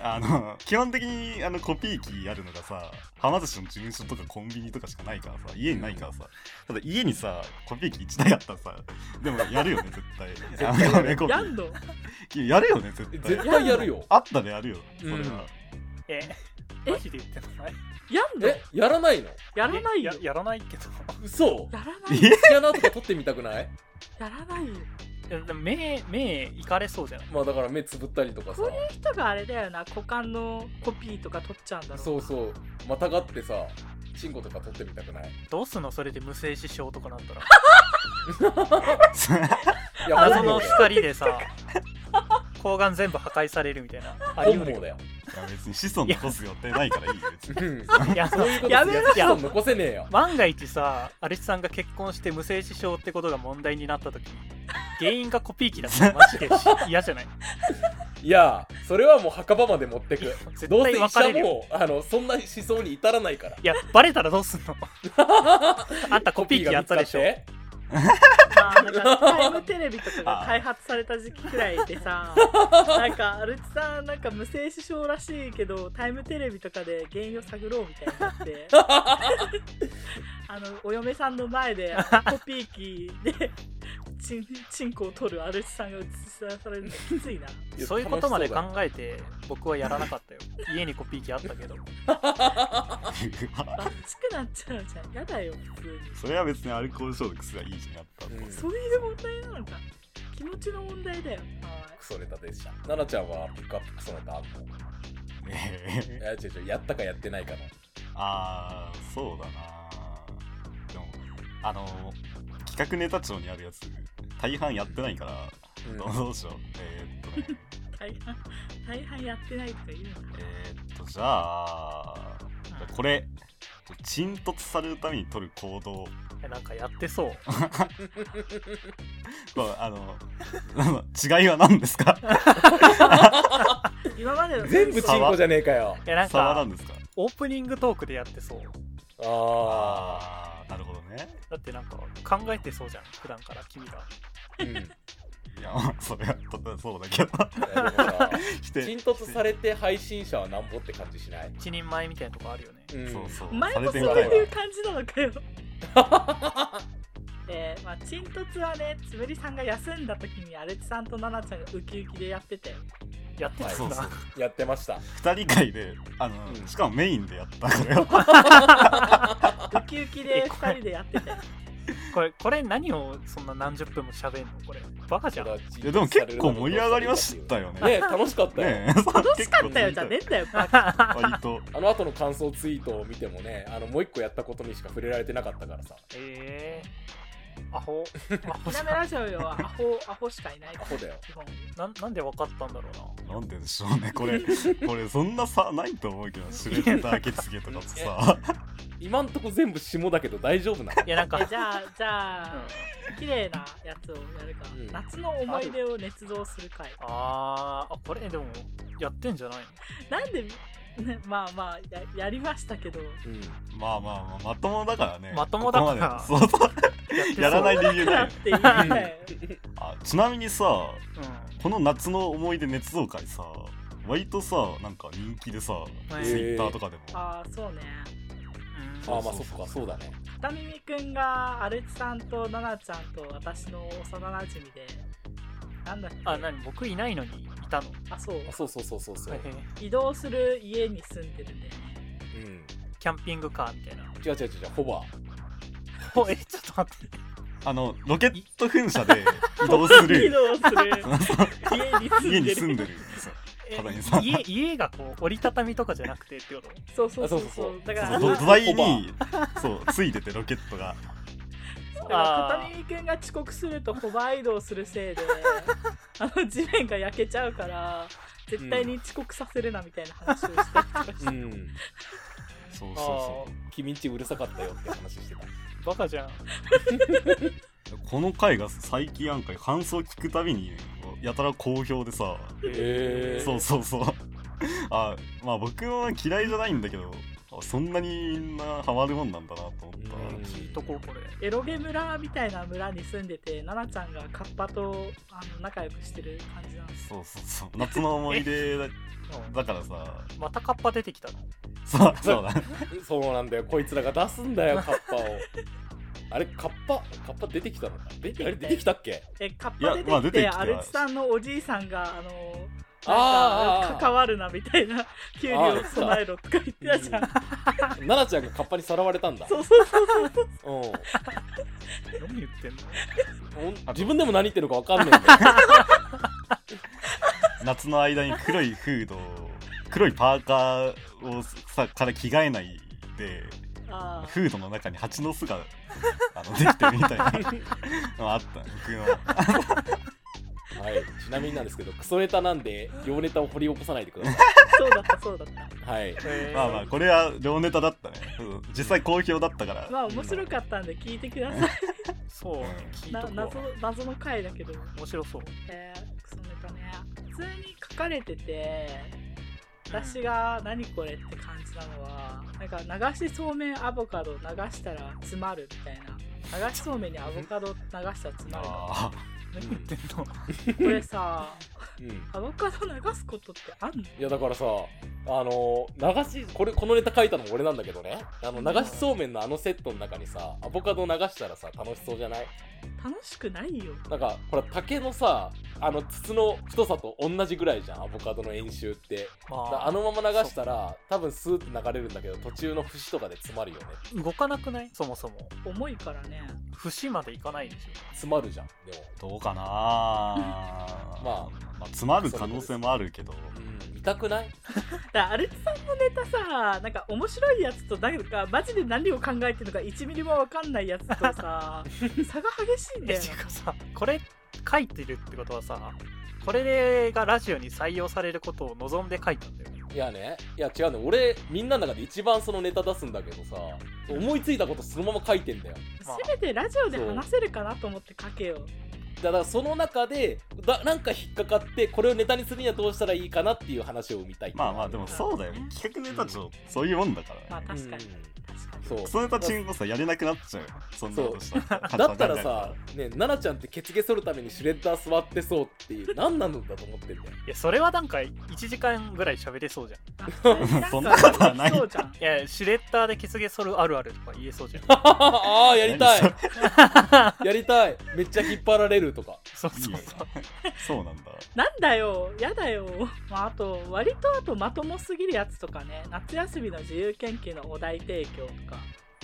Speaker 1: あの基本的にあのコピー機あるのがさはま寿司の事務所とかコンビニとかしかないからさ家にないからさ、ただ家にさコピー機1台あったらさでもやるよね絶対
Speaker 2: 絶対やる
Speaker 1: あのコピ
Speaker 3: や
Speaker 1: ー
Speaker 3: んの
Speaker 1: 機やるよね
Speaker 2: え
Speaker 1: 絶対
Speaker 2: 絶対やるよ
Speaker 1: あったらやるよそれは、
Speaker 2: うん
Speaker 4: え
Speaker 3: え
Speaker 4: マジで言ってない
Speaker 3: やんの
Speaker 2: えやらないの
Speaker 3: やらないよ
Speaker 4: ややらないけど
Speaker 2: 嘘
Speaker 3: やらない
Speaker 1: え
Speaker 3: よ
Speaker 2: スキャナーとか撮ってみたくない
Speaker 3: やらないよ
Speaker 4: でも目目いかれそうじゃない
Speaker 2: まあだから目つぶったりとかさ
Speaker 3: そういう人があれだよな股間のコピーとか取っちゃうんだろ
Speaker 2: そうそうまたがってさチンコとか撮ってみたくない
Speaker 4: どうすんのそれで無精子症とかなったら
Speaker 2: いや
Speaker 4: 謎
Speaker 2: 本
Speaker 4: の
Speaker 2: 望
Speaker 4: 光でさ睾丸全部破壊されるみたいな
Speaker 2: だ
Speaker 4: あ
Speaker 2: よ
Speaker 4: りう
Speaker 2: 本
Speaker 4: る
Speaker 2: 望だよ
Speaker 1: いや別に子孫残す予定ないからいいよ別に
Speaker 2: うん
Speaker 4: いや
Speaker 2: そういうこと
Speaker 3: やめろ
Speaker 2: いや残せねえよ
Speaker 4: 万が一さアレスさんが結婚して無精子症ってことが問題になった時原因がコピー機だったらマジで嫌じゃない
Speaker 2: いやそれはもう墓場まで持ってく
Speaker 4: 絶
Speaker 2: どうせ
Speaker 4: 対
Speaker 2: 医
Speaker 4: 別れる
Speaker 2: 者
Speaker 4: よ
Speaker 2: もあのそんな思想に至らないから
Speaker 4: いやバレたらどうす んのあんたコピー機やったでしょ
Speaker 2: コピーが見つか
Speaker 3: まあなんかタイムテレビとかが開発された時期くらいでさなんかアルチさんなんか無精子症らしいけどタイムテレビとかで原因を探ろうみたいになってあのお嫁さんの前でコピー機でチンチンコを取るアルチさんが映し出されるのきついな
Speaker 2: てや
Speaker 4: そういうことまで考
Speaker 2: 楽し
Speaker 4: えて僕はやらなかったよ家にコピー機あったけど
Speaker 3: バッチくなっちゃうじゃんやだよ普通に
Speaker 1: それは別にアルコール消毒すりゃいいじゃんやった
Speaker 2: そうだうん
Speaker 3: そういう問題なのか気持ちの問題だよはい
Speaker 2: クソネタでした奈々ちゃんはピックアップクソネタあんのい
Speaker 1: ねえ
Speaker 2: や違う違うやったかやってないかの
Speaker 1: ああそうだなでもあの企画ネタ帳にあるやつ大半やってないからどうどうしよう。えー、っとね。
Speaker 3: 大半大半やってないとか言うの
Speaker 1: えー、っと、じゃあ、じゃあこれ、沈突されるために取る行動。
Speaker 4: なんかやってそう
Speaker 1: まあ、あの、違いは何ですか
Speaker 3: 今までの
Speaker 2: 全部チンコじゃねえかよ
Speaker 4: いやなん
Speaker 1: 差は
Speaker 4: か
Speaker 1: 何ですか
Speaker 4: オープニングトークでやってそう
Speaker 2: あ
Speaker 1: ああ、なるほどね。
Speaker 4: だってなんか考えてそうじゃん普段から君が
Speaker 2: あうんいやで
Speaker 1: いや、まあそれはとそうだけど。
Speaker 2: も さ
Speaker 1: 否定
Speaker 2: 沈突されて配信者はなんぼって感じしない、
Speaker 4: 一人前みたいなとこあるよね
Speaker 2: うん
Speaker 1: そうそう。
Speaker 3: 前も
Speaker 1: さ
Speaker 3: そ
Speaker 1: て
Speaker 3: れ
Speaker 1: み
Speaker 3: で
Speaker 1: たいわ
Speaker 3: いう感じなの かよえー、まあ沈突はねつむりさんが休んだ時にアレツさんとナナちゃんがウキウキでやって たよ
Speaker 4: やって
Speaker 2: はい
Speaker 4: た
Speaker 1: そ
Speaker 4: ん
Speaker 1: う
Speaker 4: だ
Speaker 1: そう。
Speaker 2: やってました
Speaker 1: 二人会で、あの、
Speaker 2: うん
Speaker 1: しかもメインでやった、これを。
Speaker 3: ウキウキで2人でやってたよ
Speaker 4: これこれ何をそんな何十分も喋んのこれバカじゃん
Speaker 1: いや、でも結構盛り上がりましたよね。
Speaker 2: ね楽しかったよ、
Speaker 1: ねえ。
Speaker 3: 楽しかったよじゃねえんだ よ バカ
Speaker 1: 割と。
Speaker 2: あの後の感 想ツイートを見てもねあのもう一個やったことにしか触れられてなかったからさ
Speaker 4: え アホアホじゃ
Speaker 3: なめラジオよはアホアホしかいない
Speaker 2: アホだよ
Speaker 3: 基本
Speaker 4: なんなんで分かったんだろうな
Speaker 1: なんででしょうねこ れこれそんな差ないと思うけどシュレッダーゲツゲとかってさ
Speaker 2: 今んとこ全部霜だけど大丈夫なの
Speaker 4: いやなんか
Speaker 3: えじゃあじゃあ、
Speaker 4: う
Speaker 3: 綺麗なやつをやるか、
Speaker 2: うん
Speaker 3: 夏の思い出を捏造する回
Speaker 4: んあーあこれでもやってんじゃないの
Speaker 3: なんで、ね、まあまあややりましたけど
Speaker 2: うん
Speaker 1: まあまあまあまともだからね
Speaker 4: まともだから
Speaker 1: ここまでそう
Speaker 4: やって
Speaker 1: そ
Speaker 4: そうう
Speaker 1: やらない理由ない
Speaker 3: だ
Speaker 1: よ
Speaker 3: っ
Speaker 1: ね
Speaker 3: て言いたい
Speaker 1: あちなみにさ
Speaker 4: う
Speaker 1: この夏の思い出熱造会さ割とさなんか人気でさ、
Speaker 4: い
Speaker 1: ツイッターとかでも
Speaker 3: ああそうね
Speaker 4: ん、うん
Speaker 2: ああまあそっかそうだね
Speaker 3: 片耳くんがアルチさんとナナちゃんと私の幼なじみでなんだっけ
Speaker 4: あ、何僕いないのにいたの。
Speaker 3: あそう
Speaker 2: あそうそうそうそうそう、
Speaker 4: へへ
Speaker 3: 移動する家に住んでるんだよね
Speaker 2: うん
Speaker 4: キャンピングカーみ たいな。
Speaker 2: 違う違う違うホバー
Speaker 4: おえ、ちょっと待って。
Speaker 1: あのロケット噴射で移動す
Speaker 3: 移
Speaker 1: る
Speaker 3: 動する家に住
Speaker 1: 家
Speaker 3: ん
Speaker 1: に
Speaker 3: で
Speaker 1: 住ん
Speaker 3: る
Speaker 1: でる
Speaker 4: え
Speaker 1: 片桐さん
Speaker 4: 家家がこう折りたたみとかじゃなくてってこと
Speaker 3: そうそうそう
Speaker 2: あそう
Speaker 3: そ
Speaker 2: そうう
Speaker 3: だか
Speaker 1: そ
Speaker 3: ら
Speaker 1: う
Speaker 2: ど
Speaker 1: 土台にそうついててロケットが
Speaker 3: だから片耳くんが遅刻するとホバー移動するせいであの地面が焼けちゃうから絶対に遅刻させるなみたいな話をしたりとかして、
Speaker 2: うん
Speaker 1: そうそう
Speaker 4: あ
Speaker 1: そ
Speaker 2: 君んちうるさかったよって話してた
Speaker 4: ーバカじゃん。
Speaker 1: うこの回が最近なんか感想聞くたびにやたら好評でさ
Speaker 2: へ
Speaker 1: そうそうそうあまあ僕は嫌いじゃないんだけどあそんなにみんなハマるもんなんだなと思った
Speaker 2: うん
Speaker 4: 聞いとこう、これ。
Speaker 3: エロゲ村みたいな村に住んでて奈々ちゃんがカッパとあの仲良くしてる感じなんです
Speaker 1: そうそうそう夏の思い出だ
Speaker 4: うん
Speaker 1: だからさ
Speaker 4: またカッパ出てきたの。
Speaker 1: そうそうだ
Speaker 2: そうなんだよこいつらが出すんだよカッパをあれカッパカッパ出てきたのか出てあれ出てきたっけ
Speaker 3: えカッ
Speaker 1: いや
Speaker 3: パ出て
Speaker 1: まあ
Speaker 3: き
Speaker 1: 出
Speaker 3: て,、
Speaker 1: てきては
Speaker 3: アルチさんのおじいさんがあの
Speaker 2: あー
Speaker 3: なん
Speaker 2: あー
Speaker 3: か関わるなみたいな給料を備えろとか言ってたじゃん
Speaker 2: 奈々ちゃんがカッパにさらわれたんだ
Speaker 3: そうそうそう
Speaker 2: うん
Speaker 4: 何 言ってんの
Speaker 2: ほん自分でも何言ってるか分かんないんだよ
Speaker 1: 夏の間に黒いフードを黒いパーカーをさから着替えないで
Speaker 3: あー
Speaker 1: フードの中に蜂の巣があのできてるみたいなのあった僕の
Speaker 2: はいちなみになんですけどクソネタなんで両ネタを掘り起こさないでくださ
Speaker 3: そうだったそうだった
Speaker 2: いはい
Speaker 4: えー
Speaker 1: まあまあこれは両ネタだったねうん実際好評だったから
Speaker 3: まあ面白かったんで聞いてください
Speaker 4: そうね、聞い
Speaker 3: な
Speaker 4: と
Speaker 3: 謎
Speaker 4: こう。
Speaker 3: 謎の回だけど
Speaker 4: 面 白そう。
Speaker 3: えー、クソネタね普通に書かれてて私
Speaker 4: が。
Speaker 3: が「何これ?」って感じなのはなんか流しそうめんアボカド流したら詰まるみたいな流しそうめんにアボカド流したら詰まる
Speaker 1: あ
Speaker 2: う
Speaker 4: 言ってんの
Speaker 3: これさ
Speaker 2: んうん
Speaker 3: アボカド流すことってあんの
Speaker 2: いやだからさあの流しこれこのネタ書いたのも俺なんだけどねあの流しそうめんのあのセットの中にさアボカド流したらさ楽しそうじゃない
Speaker 3: 楽しくないよ
Speaker 2: なんかほら竹のさあの筒の太さと同じぐらいじゃんアボカドの円周って
Speaker 4: ま
Speaker 2: だから
Speaker 4: あ、
Speaker 2: あのまま流したら多分スーッて流れるんだけど途中の節とかで詰まるよね
Speaker 4: 動かなくないそもそも。
Speaker 3: 重いからね
Speaker 4: 節までいかないでし
Speaker 2: 詰まるじゃんでも
Speaker 1: ーどうかなま
Speaker 2: ま
Speaker 1: まあ詰まる可能性もあるけど
Speaker 2: うん痛くない
Speaker 3: だからアルチさんのネタさなんか面白いやつとなんかマジで何を考えてるのか1ミリも分かんないやつと さ差が激しいん
Speaker 4: ょ。
Speaker 3: だ
Speaker 4: え、
Speaker 3: よ
Speaker 4: てかさ、これ書いてるってことはさ、これがラジオに採用されることを望んで書いたんだよね。
Speaker 2: いやねいや違うね俺みんなの中で一番そのネタ出すんだけどさ思いついたことそのまま書いてんだよ
Speaker 4: まあ
Speaker 3: せめてラジオで話せるかなと思って書けよ
Speaker 2: だからその中でだなんか引っかかってこれをネタにするにはどうしたらいいかなっていう話を生みたい
Speaker 1: まあまあでもそうだよね企画ネタ上そういうもんだからね、
Speaker 3: まあ確かに、
Speaker 2: う
Speaker 3: 確かに
Speaker 2: そう
Speaker 1: クソネタチンもさやれなくなっちゃうよそんなことした
Speaker 2: だったらさね奈々ちゃんってケツ毛剃るためにシュレッダー座ってそうっていう何なのだと思ってんだよ
Speaker 4: いや、それはなんか1時間ぐらい喋れそうじゃん。
Speaker 1: そんなことはない
Speaker 3: そうじゃん。
Speaker 4: いや、シュレッダーでケツ毛剃るあるあるとか言えそ うじゃん。
Speaker 2: ああやりた
Speaker 1: 何
Speaker 2: い やりたいめっちゃ引っ張られるとか
Speaker 4: そうそう
Speaker 1: いい
Speaker 4: そう
Speaker 1: よ。そうなんだ
Speaker 3: なんだよ、やだよ。まあ、あと、割とあとまともすぎるやつとかね、夏休みの自由研究のお題提供とか。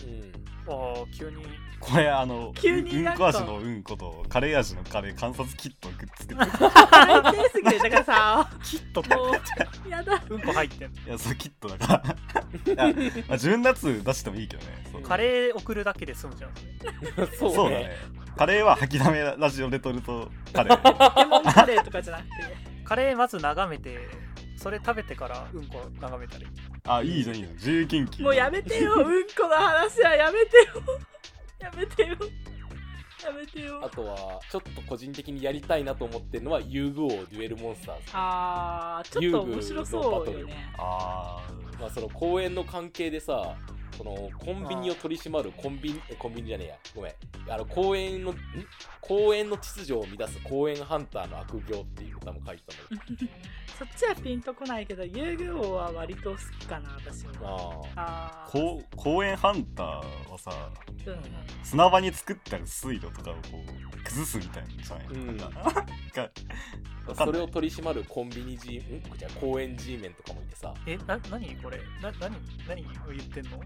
Speaker 2: うん
Speaker 4: ああ、急に。
Speaker 1: これあの
Speaker 3: 急に
Speaker 1: うん
Speaker 3: なん
Speaker 1: こ
Speaker 3: か
Speaker 1: 味のうんことカレー味のカレー観察キットをくっつけて
Speaker 3: 最低すぎる。だか らさ、
Speaker 4: キットって
Speaker 3: もう、やだ。
Speaker 4: うんこ入ってんの。
Speaker 1: いやそうキットだからいや、まあ、自分のやつ出してもいいけどねそううん
Speaker 4: カレー送るだけで済むじゃん。そ
Speaker 2: そう
Speaker 4: れ
Speaker 2: ね
Speaker 1: そうだねカレーは吐きだめラジオレトルトカレ ー。
Speaker 3: ポケモンカレーとかじゃなくて
Speaker 4: カレーまず眺めてそれ食べてからうんこ眺めたり
Speaker 1: あ、いいじゃん、いいじゃん。自由研究。
Speaker 3: もうやめてようんこの話はやめてよやめてよやめて
Speaker 2: あ
Speaker 3: よ
Speaker 2: とは、ちょっと個人的にやりたいなと思ってるのは、遊具王デュエルモンスターズ。
Speaker 3: あーちょっと面白そうよね
Speaker 1: あ
Speaker 2: まあ、その公園の関係でさ、そのコンビニを取り締まるコンビニ、えコンビニじゃねえや、ごめん。あの、公園の、ん公園の秩序を乱す公園ハンターの悪行っていう歌も書いてたんだけど。
Speaker 3: そっちはピンとこないけど遊具王は割と好きかな私も
Speaker 2: ああ。
Speaker 3: あ
Speaker 1: あ。
Speaker 3: ー
Speaker 1: こう公園ハンターはさ、
Speaker 3: うんうん
Speaker 1: 砂場に作った水路とかをこう崩すみたいなんじゃないの、
Speaker 2: うん
Speaker 1: なんかがわかん
Speaker 2: そ
Speaker 1: な
Speaker 2: れ
Speaker 1: い
Speaker 2: を取り締まるコンビニ G、んじゃあ公園 G メンとかもいてさ、
Speaker 4: えな何これな何何を言ってんの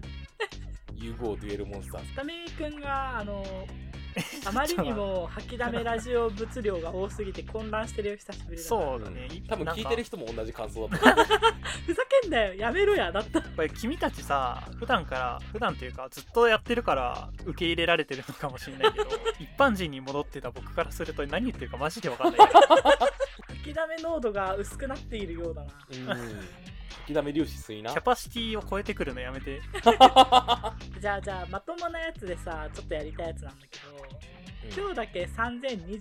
Speaker 2: 融合デュエルモンスターズ。
Speaker 3: タミくんがあの あまりにも吐きだめラジオ物量が多すぎて混乱してるよ久しぶりだな
Speaker 4: そうだね、
Speaker 2: 多分
Speaker 4: なん
Speaker 2: 聞
Speaker 4: か
Speaker 2: いてる人も同じ感想だと思 う。
Speaker 3: ふざけんなよやめろやだったら
Speaker 4: これ君たちさ普段から普段というかずっとやってるから受け入れられてるのかもしれない けど一般人に戻ってた僕からすると何言ってるかマジで分かんない
Speaker 3: 吐きだめ濃度が薄くなっているようだな
Speaker 2: うん。吐きだめ粒子水な
Speaker 4: キャ。パシティを超えてくるのやめて
Speaker 3: じゃあじゃあまともなやつでさちょっとやりたいやつなんだけど今日だけ3025年に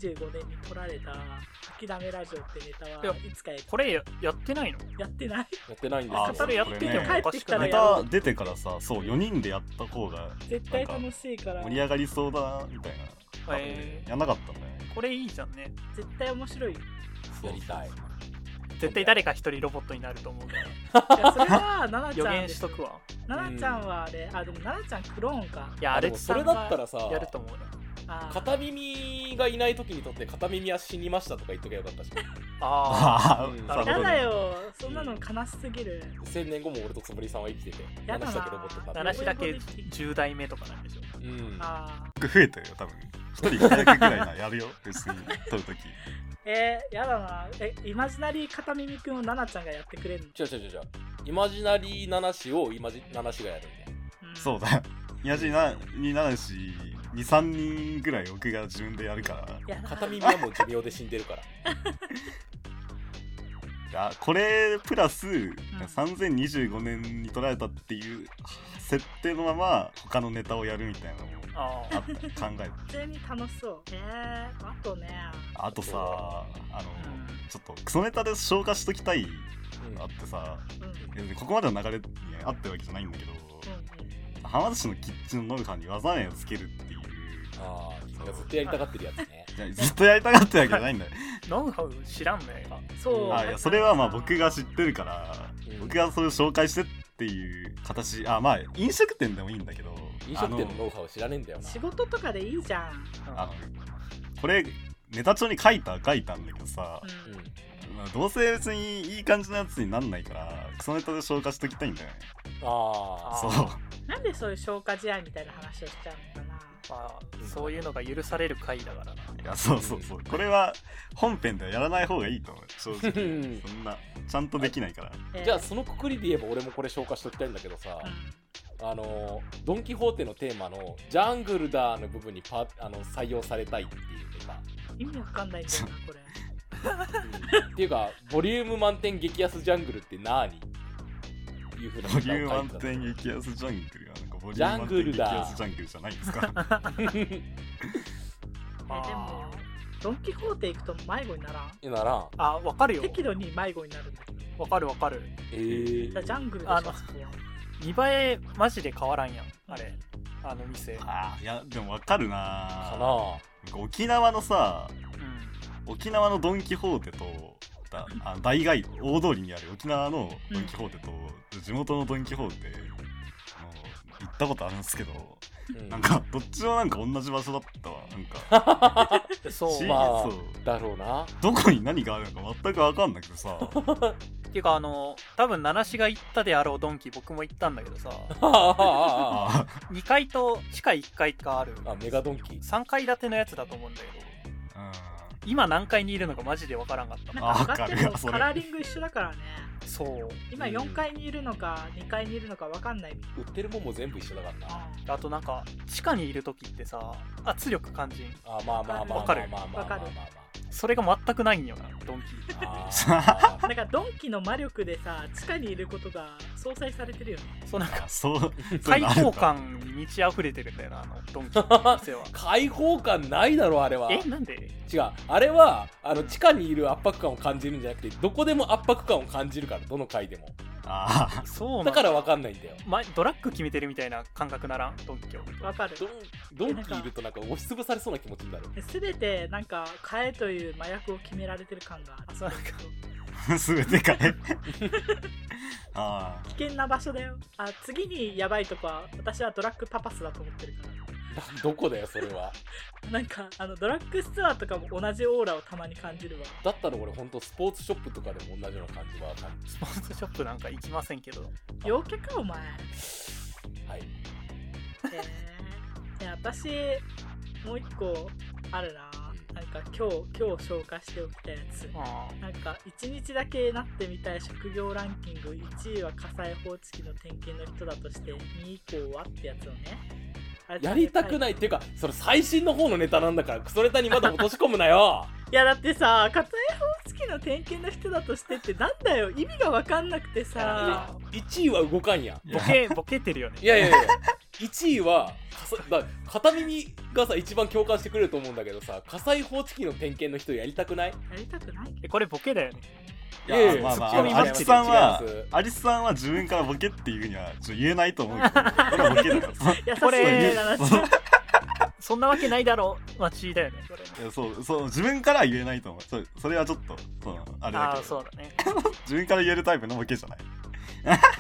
Speaker 3: 撮られた「諦めラジオ」ってネタ
Speaker 4: いや
Speaker 3: はいつかや
Speaker 4: これややってないの
Speaker 3: やってない
Speaker 2: やってないんで
Speaker 1: あー
Speaker 4: それやってても
Speaker 1: これね
Speaker 4: おかしく
Speaker 1: ネ
Speaker 4: ない
Speaker 3: 帰ってきたらやろ
Speaker 4: あ
Speaker 1: タ出てからさそう4人でやった方が
Speaker 3: 絶対楽しいから
Speaker 1: 盛り上がりそうだなみたいな、
Speaker 4: え
Speaker 1: やんなかったんだよね
Speaker 4: ーこれいいじゃんね
Speaker 3: 絶対面白 いよ
Speaker 2: すよ。やりたい。
Speaker 4: 絶対誰か一人ロボットになると思うから
Speaker 3: いやそれは奈々ち
Speaker 4: 予
Speaker 3: ゃん
Speaker 4: 言
Speaker 3: で
Speaker 4: し
Speaker 3: す
Speaker 4: とくわ
Speaker 3: 奈々ちゃんはあれあでも奈々ちゃんクローンか
Speaker 4: いや
Speaker 2: あ
Speaker 4: ア
Speaker 2: で
Speaker 4: レ
Speaker 2: も
Speaker 4: ツ
Speaker 2: そ
Speaker 4: さ
Speaker 2: れ
Speaker 4: ん
Speaker 2: だった
Speaker 4: が
Speaker 2: らさ、
Speaker 4: やると思うな
Speaker 3: あー
Speaker 2: 片耳がいない時にとって片耳は死にましたとか言っとけばよかったし
Speaker 4: あ
Speaker 1: あ
Speaker 2: うん
Speaker 1: あ、
Speaker 3: やだよそんなの悲しすぎる
Speaker 2: 1000年後も俺とつむりさんは生きてて
Speaker 3: やだな
Speaker 2: 話だけロボットに
Speaker 4: あ
Speaker 2: なって
Speaker 4: 七種だけ10代目とかなんでしょ
Speaker 2: うん
Speaker 3: あー
Speaker 1: 増えたよ多分一人5役ぐらいなやるよ別に撮るとき
Speaker 3: えー、やだなえイマジナリー片耳くんを奈々ちゃんがやってくれるの、
Speaker 2: 違う違う違う違うイマジナリー7子をイマジ7子がやるんで
Speaker 3: うん
Speaker 1: そうだよ宮地なになるし23人ぐらい僕が自分でやるから
Speaker 3: やだ
Speaker 2: 片耳はもう寿命で死んでるから
Speaker 1: あこれプラス、3025年に撮られたっていう設定のまま他のネタをやるみたいなのも
Speaker 4: あ
Speaker 1: あった考えた
Speaker 3: 普通に楽しそうえー、あとね
Speaker 1: あとさあの、
Speaker 4: あ、うん
Speaker 1: ちょっとクソネタで消化しときたい
Speaker 2: うん
Speaker 1: のあってさ
Speaker 3: うんうん
Speaker 1: 別にここまでの流れにあってるわけじゃないんだけど、
Speaker 3: う
Speaker 1: 浜田市のキッチンのノルハンに技名をつけるっていう
Speaker 2: ああ君がずっとやりたがってるやつね
Speaker 1: いやずっとやりたがってるわけじゃないんだよ
Speaker 4: ノウハウ知らんのよ今
Speaker 3: ん そう
Speaker 1: あいやそれはまあ僕が知ってるから、
Speaker 2: うん
Speaker 1: 僕がそれを紹介してっていう形あまあ飲食店でもいいんだけど
Speaker 2: 飲食店
Speaker 1: あ
Speaker 2: のノウハウ知らねえんだよな
Speaker 3: 仕事とかでいいじゃん、
Speaker 1: のあのこれネタ帳に書いた書いたんだけどさ、
Speaker 3: うん
Speaker 2: うん
Speaker 1: まあどうせ別にいい感じのやつになんないからクソネタで消化しときたいんだよね
Speaker 2: あ
Speaker 4: あ
Speaker 1: そう
Speaker 3: なんでそういう消化試合みたいな話をしちゃうのかな
Speaker 4: まあ、そういうのが許される回だからな。
Speaker 1: いやそうそうそうこれは本編ではやらない方がいいと思う正直
Speaker 2: うん
Speaker 1: そんなちゃんとできないから
Speaker 3: え
Speaker 2: あ
Speaker 3: ー
Speaker 2: じゃあそのくくりで言えば俺もこれ消化しときたいんだけどさ、
Speaker 3: う
Speaker 2: あのドン・キホーテのテーマの「ジャングルだ」の部分にパーあの採用されたいっていうネタ
Speaker 3: ん意味わかんないんだよなこれ
Speaker 2: っていうか、ボリューム満点激安ジャングルってなーにいう ふうな
Speaker 1: ボリューム満
Speaker 2: 書いて
Speaker 1: 点激安ジャングルはなんかボリューム満
Speaker 2: ジャング
Speaker 1: 点
Speaker 2: ル
Speaker 1: 激
Speaker 2: だ
Speaker 1: 安ジャングルじゃないんですか
Speaker 2: あった
Speaker 3: えでもドン・キホーテ行くと迷子にならん
Speaker 2: えならん。
Speaker 4: あ、わかるよ。
Speaker 3: 適度に迷子になるんだけどじ
Speaker 4: わかるわかる。
Speaker 2: えー、
Speaker 3: ゃあジャングルでし
Speaker 4: あ
Speaker 3: ょ
Speaker 4: の
Speaker 3: そこは
Speaker 4: 見栄え、マジで変わらんやん。あれ、あの店。
Speaker 1: あー いやでもわかるな
Speaker 2: か
Speaker 1: か
Speaker 2: な
Speaker 1: 沖縄のさ
Speaker 4: うん。
Speaker 1: 沖縄のドン・キホーテとだあ大街道大通りにある沖縄のドン・キホーテと、地元のドン・キホーテあの行ったことあるんですけど
Speaker 2: うん
Speaker 1: なんかどっちもなんか同じ場所だったわなん か
Speaker 4: そう、
Speaker 1: し
Speaker 4: まあ、
Speaker 2: まあ
Speaker 1: そう
Speaker 2: だろ うな。
Speaker 1: どこに何があるのか全く分かんなくて さ
Speaker 4: っていうか、あの、多分、七市が行ったであろうドンキ、僕も行ったんだけ どさ、
Speaker 2: あああ
Speaker 1: あ
Speaker 4: 2階と地下1階がある、
Speaker 2: あああメガドンキ。
Speaker 4: 3階建てのやつだと思うんだけど、
Speaker 1: ーうん
Speaker 4: 今何階にいるのかマジでわからんかった
Speaker 3: なんか上がってる
Speaker 1: あわかるわ
Speaker 3: の
Speaker 1: それ
Speaker 3: カラーリング一緒だからね
Speaker 4: そう
Speaker 3: 今4階にいるのか2階にいるのか分かんないみたい
Speaker 2: 売ってるもんも全部一緒だからな。
Speaker 3: な
Speaker 4: あとなんか地下にいる時ってさ圧力感じん
Speaker 2: あまあまあまあまあまあまあまあまあまあ。
Speaker 4: わかる
Speaker 3: わかる
Speaker 4: それが全くないんよなドンキー
Speaker 2: あ
Speaker 3: な
Speaker 2: ー
Speaker 3: んかドンキの魔力でさ地下にいることが相殺されてるよね
Speaker 4: そうなん か
Speaker 1: そうそういう
Speaker 4: 開
Speaker 1: のあるん
Speaker 4: 放
Speaker 1: だ
Speaker 4: 感に満ち溢れてるんだよなあのドンキの 店は
Speaker 2: 開放感ないだろ、あれは。
Speaker 4: えなんで
Speaker 2: 違う。あれは、あの、地下にいる圧迫感を感じるんじゃなくて、どこでも圧迫感を感じるから、どの階でも。
Speaker 1: あ ー
Speaker 4: そうなん
Speaker 2: だからわかんないんだよ。
Speaker 4: ま、ドラッグ決めてるみたいな感覚ならんドンキを
Speaker 3: わかる
Speaker 2: ドンドンキいるとなんか押しつぶされそうな気持ちになる。
Speaker 3: 全てなんか替えという麻薬を決められてる感がある
Speaker 4: そうなんか
Speaker 1: 全てかい あ
Speaker 3: 危険な場所だよあ次にやばいとこは私はドラッグパパスだと思ってるから
Speaker 2: どこだよ、それ は。
Speaker 3: なんかあのドラッグストアとかも同じオーラをたまに感じるわ
Speaker 2: だったら俺、ほんとスポーツショップとかでも同じような感じは感じ
Speaker 4: スポーツショップなんか行きませんけど
Speaker 3: 陽キャかお前
Speaker 2: る。はい。
Speaker 3: えー、いや私もう一個あるななんか今日今日消化しておきたやつ
Speaker 4: あ
Speaker 3: なんか1日だけなってみたい職業ランキング1位は火災報知器の点検の人だとして2位以降はってやつをねあれ
Speaker 2: やりたくないっていうか、それ最新の方のネタなんだから、クソネタにまだ落とし込むなよ
Speaker 3: いやだってさ火災報知器の点検の人だとしてってなんだよ意味が分かんなくてさ
Speaker 2: 1位は動かんやん。
Speaker 1: ー
Speaker 4: ー
Speaker 1: い
Speaker 4: ボ
Speaker 1: や
Speaker 4: ケボケてるよね
Speaker 2: いやいやいや、1位は、かさだ片耳がさ、一番共感してくれると思うんだけどさ、火災報知器の点検の人やりたくない
Speaker 3: やりたくないけ
Speaker 4: えこれボケだよね
Speaker 1: いや
Speaker 2: いやいや
Speaker 1: まあま
Speaker 4: ツッ
Speaker 1: あ
Speaker 4: コ
Speaker 1: あ
Speaker 4: ミ
Speaker 1: の
Speaker 4: も
Speaker 1: アリ
Speaker 4: やって
Speaker 1: ス
Speaker 4: る
Speaker 1: さんは
Speaker 2: 違います
Speaker 1: アリスさんは自分からボケっていうふうにはちょっと言えないと思うけどこれはボケだから
Speaker 3: ど優し
Speaker 4: こ
Speaker 3: い
Speaker 4: れ
Speaker 3: 話
Speaker 4: そんなわけないだろ待ちだよねこれね
Speaker 1: いやそうそう自分からは言えないと思うそそれはちょっとそうあれだ
Speaker 4: ああ
Speaker 1: けど
Speaker 4: そうだね
Speaker 1: 自分から言えるタイプのボケじゃない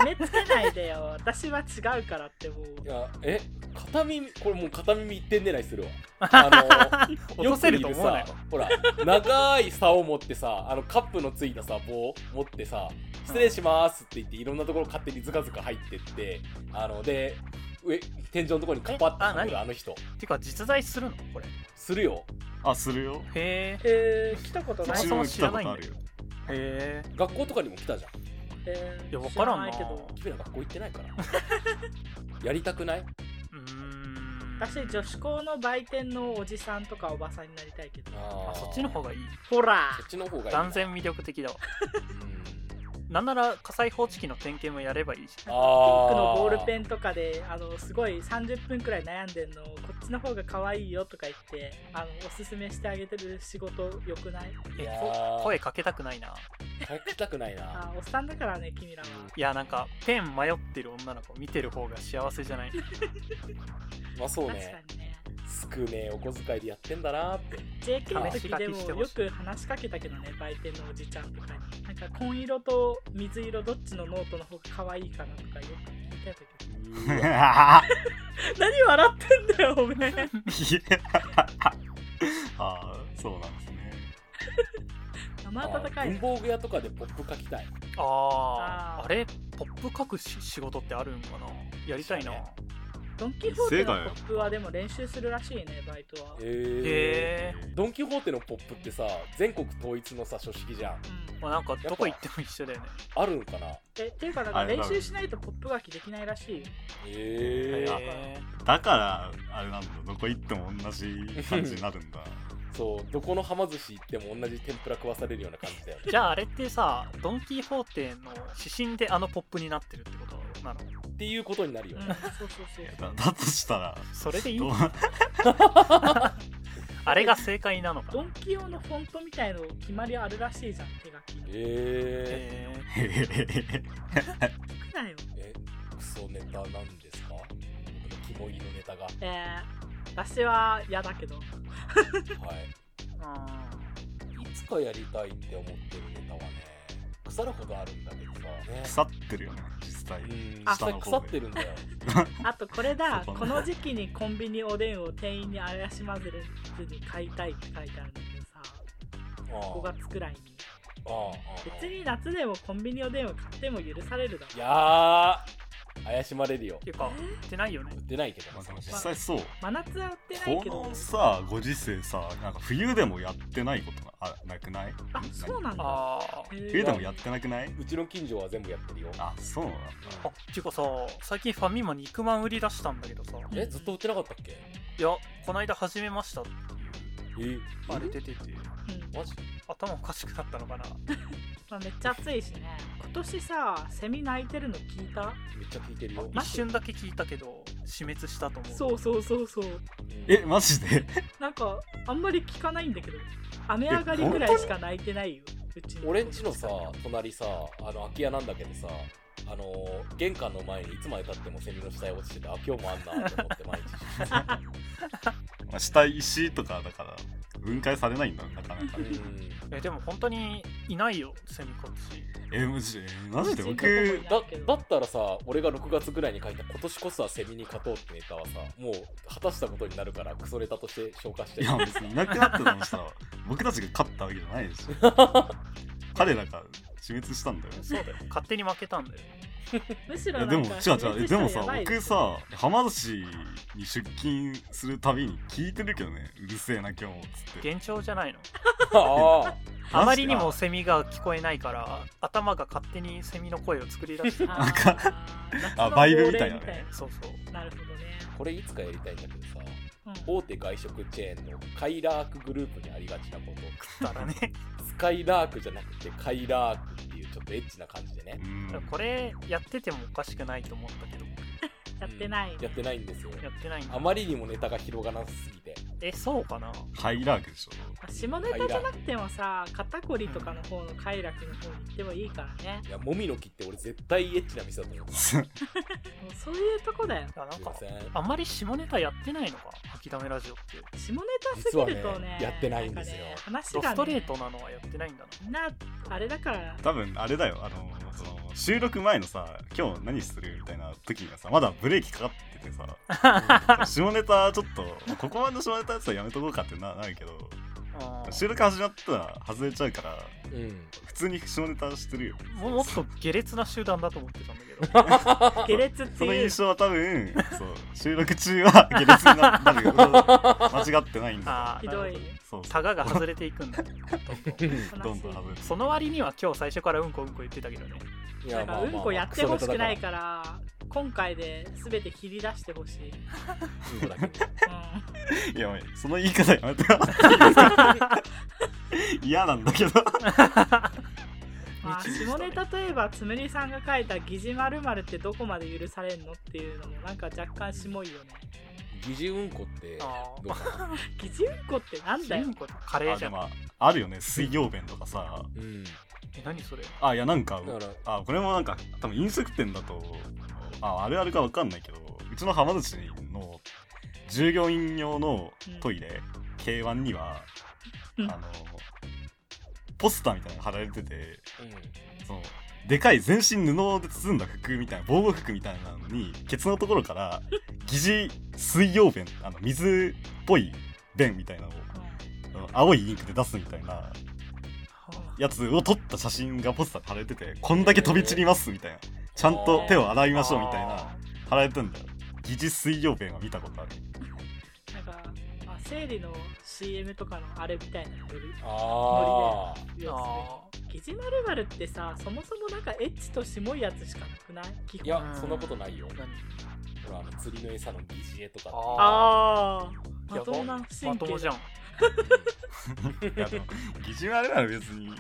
Speaker 3: 目つけないでよ私は違うからってもう
Speaker 2: いや、え、片耳、これもう片耳一点狙いする わ。あの、
Speaker 4: 落とせると思うなよ
Speaker 2: くいるさほら、長い竿を持ってさ、あの、カップのついたさ、棒を持ってさ、失礼しますって言って、いろんなところ勝手にずかずか入ってって、あの、で、上、天井のところにカパッて
Speaker 4: えあ
Speaker 2: はめる
Speaker 4: 何
Speaker 2: あの人。
Speaker 4: てか実在するのこれ
Speaker 2: するよ。
Speaker 1: あするよ
Speaker 4: へえ
Speaker 3: えー、来たことない
Speaker 4: そ
Speaker 1: 一
Speaker 4: も
Speaker 1: 応
Speaker 4: そ
Speaker 1: 来
Speaker 4: も
Speaker 1: た
Speaker 4: 知らな
Speaker 1: ことあ
Speaker 4: いんだ
Speaker 1: る
Speaker 4: よ
Speaker 1: よ
Speaker 4: へえ
Speaker 2: 学校とかにも来たじゃん。
Speaker 3: えー
Speaker 4: いや分からんな
Speaker 3: 知らないけど
Speaker 2: 君ら学校行ってないから やりたくないう
Speaker 4: ーん
Speaker 3: 私女子校の売店のおじさんとかおばさんになりたいけど
Speaker 2: あ
Speaker 4: あそっちの方がいい
Speaker 3: ほら
Speaker 2: そっちの方がいいな
Speaker 4: 断然魅力的だわ
Speaker 2: うん
Speaker 4: なんなら火災報知器の点検もやればいいし
Speaker 2: あ
Speaker 3: ピンクのボールペ
Speaker 2: ン
Speaker 3: ンとかであのすごい30分くらい悩んでんのこっちの方が可愛いよとか言ってあのおすすめしてあげてる仕事よくない
Speaker 4: え
Speaker 2: いやー
Speaker 4: こ声かけたくないな
Speaker 2: 書きたくないな
Speaker 3: あおっさんだからね君らは、
Speaker 4: いやなんかペン迷ってる女の子見てる方が幸せじゃない
Speaker 2: まあそう
Speaker 3: 確
Speaker 2: ね
Speaker 3: かにね
Speaker 2: 少ねえお小遣いでやってんだなーって
Speaker 3: JK の
Speaker 4: 試し
Speaker 3: 時
Speaker 4: 書き
Speaker 3: で
Speaker 4: して
Speaker 3: も
Speaker 4: ほ
Speaker 3: よ
Speaker 4: しい
Speaker 3: く話しかけたけどね売店のおじちゃんとかになんか紺色と水色どっちのノートの方が可愛いかなとかよく聞いてたけ
Speaker 2: う
Speaker 3: ど
Speaker 2: ーわ
Speaker 3: 何笑ってんだよおめえ
Speaker 1: ああそうなんですね
Speaker 3: 生温かい
Speaker 2: 文
Speaker 3: な
Speaker 2: 房具屋とかでポップ書きたい
Speaker 4: あ
Speaker 3: あ
Speaker 4: ー
Speaker 3: ー
Speaker 4: あれポップ書くし仕事ってあるんかなやりたい
Speaker 2: そ
Speaker 4: な
Speaker 2: う
Speaker 4: へ
Speaker 2: ね
Speaker 3: ドン・キホーテのポップはでも練習するらしいねバイトは、
Speaker 2: え
Speaker 4: え
Speaker 2: ドン・キホーテのポップってさ全国統一のさ書式じゃん
Speaker 3: うん
Speaker 4: まあ、なんかどこ行っても一緒だよね
Speaker 2: あるのかなへ
Speaker 3: えっていうかなんか
Speaker 1: あれ
Speaker 3: 練習しないとポップ書きできないらしいよ
Speaker 2: え
Speaker 3: ー
Speaker 4: へ
Speaker 1: だからあれなんだどこ行っても同じ感じになるんだ
Speaker 2: そうどこのはま寿司行っても同じ天ぷら食わされるような感じだよね
Speaker 4: ーじゃああれってさドン・キホーテの指針であのポップになってるってことなの
Speaker 2: っていうことになるよ
Speaker 3: うん
Speaker 2: ね、
Speaker 3: そうそうそうそ
Speaker 1: だ
Speaker 3: う
Speaker 1: だとしたら
Speaker 4: それでいい
Speaker 1: どう
Speaker 4: のあれが正解なのか
Speaker 3: ドンキ用のフォントみたいの決まりあるらしいじゃん手書きの
Speaker 2: え
Speaker 4: へー
Speaker 1: へへへ
Speaker 3: 聞くなよ
Speaker 2: えクソネタなんですか僕のキモ入りのネタが
Speaker 3: えー、私は嫌だけど
Speaker 2: はい
Speaker 4: あ
Speaker 2: いつかやりたいって思ってるネタはね腐るほどあるんだけどさ、ね、
Speaker 1: 腐ってるよね実際
Speaker 2: うん
Speaker 1: あ
Speaker 2: 実際腐ってるんだよ
Speaker 3: あとこれだ
Speaker 1: そこね
Speaker 3: この時期にコンビニおでんを店員にあやしまぜずに買いたいって書いてあるんだけどさ
Speaker 2: あ
Speaker 3: 5
Speaker 2: あ
Speaker 3: 月くらいに
Speaker 2: ああああ
Speaker 3: 別に夏でもコンビニおでんを買っても許されるだろ
Speaker 2: いや怪しまれるよ
Speaker 4: ていうか売ってないよね
Speaker 2: 売ってないけどな
Speaker 1: まあ、
Speaker 2: そ
Speaker 1: で
Speaker 2: の
Speaker 1: も
Speaker 2: 辺
Speaker 1: 実際そう
Speaker 3: 真夏は売ってない
Speaker 1: こ
Speaker 3: けど
Speaker 1: のさご時世さなんか冬でもやってないことなあなくない
Speaker 3: あそうなんだ
Speaker 4: あ
Speaker 3: へ
Speaker 4: ー
Speaker 3: ー
Speaker 1: 冬でもやってなくないう
Speaker 2: ちの近所は全部やってるよ、
Speaker 1: あそうなの
Speaker 4: あていうかさ最近ファミマ肉まん売り出したんだけどさ
Speaker 2: うんえずっと売ってなかったっけ
Speaker 4: いやこないだ始めましたっていう
Speaker 2: え
Speaker 4: あれ出てて
Speaker 3: うん
Speaker 2: マジ
Speaker 4: 頭おかしくなったのかな
Speaker 3: まあ、めっちゃ暑いしね今年さセミ鳴いてるの聞いた
Speaker 2: めっちゃ聞いてるよ、
Speaker 4: 一瞬だけ聞いたけど死滅したと思う
Speaker 3: そうそうそうそう
Speaker 1: えマジで
Speaker 3: なんかあんまり聞かないんだけど雨上がりぐらいしか鳴いてないようち
Speaker 2: 俺んちのさ隣さあの空き家なんだけどさあのー玄関の前にいつまでたってもセミの死体落ちててあ今日もあんなと思って毎
Speaker 1: まあ下石とかだから分解されないんだなかなか ね
Speaker 2: 日うん
Speaker 4: えでも本当にいないよセミこっち
Speaker 1: えマジでえマジで
Speaker 3: マジで
Speaker 1: 僕
Speaker 2: だだったらさ俺が6月ぐらいに書いた「今年こそはセミに勝とう」ってネタはさもう果たしたことになるからクソネタとして消化して
Speaker 1: いや別にいなくなったとしたら僕たちが勝ったわけじゃないでしょ彼らが死滅したんだよ
Speaker 4: そうだよ勝手に負けたんだよ
Speaker 3: むし
Speaker 1: い
Speaker 3: ろな
Speaker 1: や
Speaker 3: ん
Speaker 1: で
Speaker 3: か
Speaker 1: も違う違うえでもさ僕
Speaker 3: や
Speaker 1: さ浜田市に出勤するたびに聞いてるけどねうるせえな今日もっつって
Speaker 4: 幻聴じゃないの
Speaker 2: ああ
Speaker 4: あまりにも
Speaker 1: マジ
Speaker 4: セミが聞こえないから頭が勝手にセミの声を作り出して
Speaker 3: ばい
Speaker 1: なんか
Speaker 3: あー
Speaker 1: あバイブみたいなね
Speaker 3: 夏の恒例
Speaker 4: そうそう
Speaker 3: なるほどね
Speaker 2: これいつかやりたいんだけどさ
Speaker 3: うん
Speaker 2: 大手外食チェーンのカイラークグループにありがちなこと
Speaker 4: だからね
Speaker 2: スカイラークじゃなくてカイラークっていうちょっとエッチな感じでね
Speaker 1: うん
Speaker 4: これやっててもおかしくないと思ったけど
Speaker 3: やってない
Speaker 2: やってないんですよ
Speaker 4: やってないんだ
Speaker 2: あまりにもネタが広がらなすぎて
Speaker 4: えそうかな
Speaker 1: ハイラークでしょ
Speaker 3: まあ下ネタじゃなくてもさ肩こりとかの方の快楽の方に行ってもいいからね
Speaker 2: いやもみの木って俺絶対エッチな店だと思うす
Speaker 3: もうそういうとこだよ
Speaker 4: いやなん
Speaker 2: い
Speaker 4: か
Speaker 2: ません
Speaker 4: あんまり下ネタやってないのか吐きだめラジオって
Speaker 3: 下ネタすぎる
Speaker 2: 実
Speaker 3: と
Speaker 2: はね
Speaker 3: ね
Speaker 2: やってないんですよ
Speaker 3: かね話が、ね、
Speaker 4: ドストレートなのはやってないんだな
Speaker 3: みんなあれだから
Speaker 1: 多分あれだよあのその収録前のさ今日何するみたいな時にはさまだブレーキかかってて さ下ネタちょっとここまでの下ネタやつはやめとこうかってななるけど
Speaker 4: あー
Speaker 1: 収録始まったら外れちゃうから
Speaker 2: うん
Speaker 1: 普通に下ネタしてるよ
Speaker 4: ももっと下劣な集団だと思ってたんだけど
Speaker 3: 下劣って
Speaker 1: その
Speaker 3: いう
Speaker 1: 印象は多分そう収録中は下劣にななること間違ってないんだ
Speaker 4: ああ
Speaker 3: ひどい
Speaker 1: そう
Speaker 4: タガが外れていくんだ
Speaker 1: どんどん外れて
Speaker 4: その割には今日最初からうんこうんこ言ってたけどね
Speaker 2: い
Speaker 3: だからうんこやってほしくない
Speaker 2: ら
Speaker 3: から今回で全て切り出してほしい、うん、
Speaker 2: うんこだけど
Speaker 1: いやおいその言い方やめて よ嫌なんだけど
Speaker 3: まあ下ネタといえばつむりさんが書いた「疑似まるってどこまで許されんのっていうのもなんか若干しもいよね
Speaker 2: 疑似うんこって
Speaker 4: あ
Speaker 2: どうかな
Speaker 3: 疑似うんこってなんだよ
Speaker 4: うんこカレー
Speaker 1: あ
Speaker 4: じ
Speaker 1: で
Speaker 4: ゃん
Speaker 1: もああるよね水曜弁とかさ
Speaker 2: うんだ
Speaker 4: え何それ
Speaker 1: あいやなんか
Speaker 2: から
Speaker 1: あこれもなんか多分飲食店だとああるあるかわかんないけどうちの浜口の従業員用のトイレ、K1 には、
Speaker 3: うん
Speaker 1: あのポスターみたいなのが貼られてて
Speaker 2: うん
Speaker 1: そのでかい全身布で包んだ服みたいな防護服みたいなのにケツのところ から疑似水溶弁あの水っぽい弁みたいなのをあの青いインクで出すみたいなやつを撮った写真がポスターに貼られててこんだけ飛び散りますみたいなちゃんと手を洗いましょうみたいな貼られてんだよ疑似水溶弁は見たことある
Speaker 3: なんかあ生理の CM とかのあれみたいなのより
Speaker 2: ああ
Speaker 4: あ
Speaker 3: 疑似まるってさそもそもなんかエッチとしもいやつしかなくない基本
Speaker 2: いやそんなことないよ
Speaker 4: ー何
Speaker 2: ほらあの釣りの餌の疑似餌とか
Speaker 4: あ
Speaker 3: ああ
Speaker 4: ー
Speaker 3: まともな
Speaker 4: ま
Speaker 3: 神
Speaker 4: とも
Speaker 3: 経
Speaker 4: じゃん
Speaker 1: いやでも疑似はあれなら別に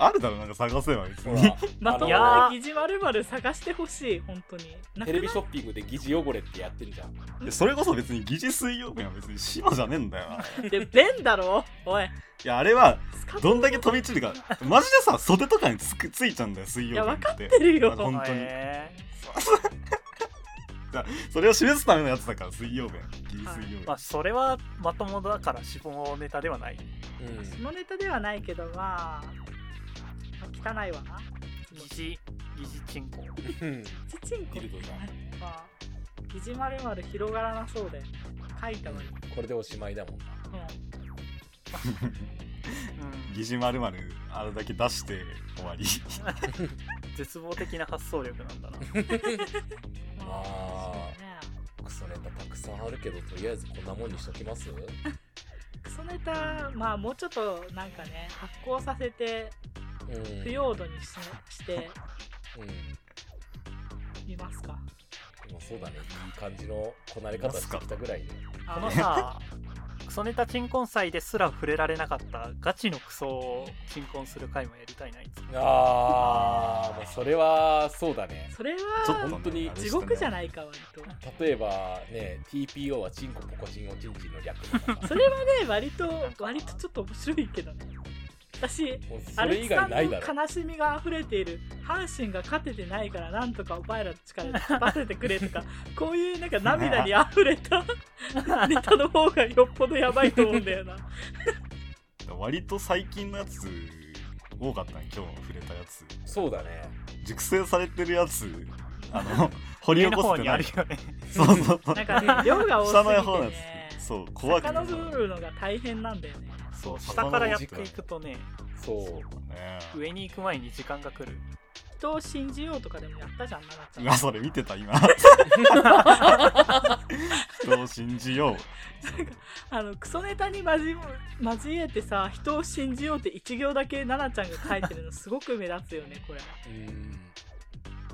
Speaker 1: あるだろなんか探せば別
Speaker 2: うん
Speaker 1: に
Speaker 2: ほら
Speaker 3: まとも
Speaker 4: あ
Speaker 3: な
Speaker 4: の
Speaker 3: 疑似まる探してほしい本当にな
Speaker 2: テ
Speaker 3: くな
Speaker 2: レ
Speaker 3: い
Speaker 2: ビショッピングで疑似汚れってやってるじゃん
Speaker 1: いやそれこそ別に疑似水溶弁は別に島じゃねえんだよな
Speaker 3: で便だろおい
Speaker 1: いやあれは
Speaker 3: スカッ
Speaker 1: どんだけ飛び散るかマジでさ袖とかにつくついちゃうんだよ水
Speaker 3: い
Speaker 1: 曜
Speaker 3: や
Speaker 1: 日
Speaker 3: 分か
Speaker 1: っ
Speaker 3: っててる
Speaker 1: あの
Speaker 3: よ
Speaker 1: 本当に
Speaker 4: へ
Speaker 1: それを示すためのやつだから水曜弁ギリ水曜
Speaker 4: ー
Speaker 1: 弁、
Speaker 4: まあそれはまともだから脂肪ネタではない
Speaker 2: うん
Speaker 3: 下ネタではないけどまあ、まあ汚いわな
Speaker 4: 疑似疑似チ ンコ
Speaker 2: うん
Speaker 3: ちちんこ
Speaker 2: ディルドじゃん
Speaker 3: まあ疑似まる広がらなそうで書いたのに、
Speaker 2: これでおしまいだもんな
Speaker 3: うん
Speaker 4: うん
Speaker 1: 疑似まるまるあれだけ出して終わり
Speaker 4: 絶望的な発想力なんだな
Speaker 3: ま
Speaker 2: あ
Speaker 3: ね
Speaker 2: クソネタたくさんあるけどとりあえずこんなもんにしときます
Speaker 3: クソネタまあもうちょっとなんかね発酵させて
Speaker 2: うん
Speaker 3: 腐葉土にしして
Speaker 2: うん
Speaker 3: みますか
Speaker 2: まあそうだねいい感じのこなれ方してきたぐらいで
Speaker 4: あのさクソネタ鎮魂祭ですら触れられなかったガチのクソを鎮魂する回もやりたいないつ
Speaker 2: あーまあそれはそうだね
Speaker 3: それ
Speaker 1: ちょっとね
Speaker 3: は
Speaker 2: 本当に
Speaker 1: あれ
Speaker 3: 地
Speaker 1: したね
Speaker 3: 獄じゃないか割と
Speaker 2: 例えばね TPO はチンコポコチンおチンチンの略と かさ
Speaker 3: それはね割と割とちょっと面白いけどね私
Speaker 2: もうそ
Speaker 3: ア
Speaker 2: れ
Speaker 3: レ
Speaker 2: 以
Speaker 3: キさ
Speaker 2: 外
Speaker 3: ん
Speaker 2: ないだろ
Speaker 3: の悲しみが溢れている阪神が勝ててないからなんとかお前らの力で勝たせてくれと かこういうなんか涙に溢れたネタの方がよっぽどやばいと思うんだよな
Speaker 1: 割と最近のやつ多かったね今日触れたやつ
Speaker 2: そうだね
Speaker 1: 熟成されてるやつあ の掘り
Speaker 4: 上
Speaker 1: 起
Speaker 4: の
Speaker 1: こせ
Speaker 4: 方
Speaker 1: て
Speaker 4: に
Speaker 1: な
Speaker 4: あ
Speaker 1: い
Speaker 4: るよね
Speaker 1: そうそうそう
Speaker 3: なんかね量が多す
Speaker 1: 下の方のや
Speaker 3: ぎてね
Speaker 1: つ そう怖くなる
Speaker 3: 遡るのが大変なんだよね
Speaker 1: そう
Speaker 4: 下からやっていくとね
Speaker 2: そう
Speaker 1: ね
Speaker 4: 上に行く前に時間が来る
Speaker 3: 人を信じようとかでもやったじゃん奈
Speaker 1: う
Speaker 3: 々
Speaker 1: わ
Speaker 3: ち
Speaker 1: それ見てた今 人を信じよ
Speaker 3: ゃんあのクソネタに交交えてさ人を信じようって一行だけ奈々ちゃんが書いてるのすごく目立つよねこれ
Speaker 2: うん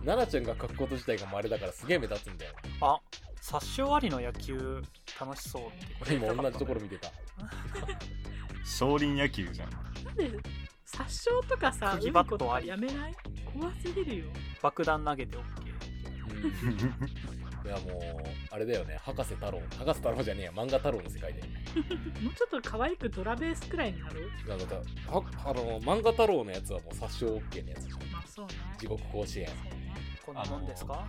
Speaker 2: 奈々ちゃんが書くこと自体が稀だからすげえ目立つんだよ
Speaker 4: あ殺傷ありの野球楽しそうって
Speaker 2: 俺今同じところ見てた
Speaker 1: う少林野球 じゃん
Speaker 3: なんで殺傷とかさ
Speaker 4: 釘
Speaker 3: 海
Speaker 4: バ
Speaker 3: 子と
Speaker 4: ットあ
Speaker 3: か
Speaker 4: り
Speaker 3: やめない怖すぎるよ
Speaker 4: 爆弾投げて OK
Speaker 2: うんいやもうあれだよね博士太郎博士太郎じゃねえや漫画太郎の世界で
Speaker 3: もうちょっと可愛くドラベースくらいになろう
Speaker 2: なんかだはあの漫画太郎のやつはもう殺傷 OK のやつじゃん
Speaker 3: まあそうね
Speaker 2: 地獄甲子園
Speaker 3: そうね
Speaker 4: こんなもんですか
Speaker 3: まあ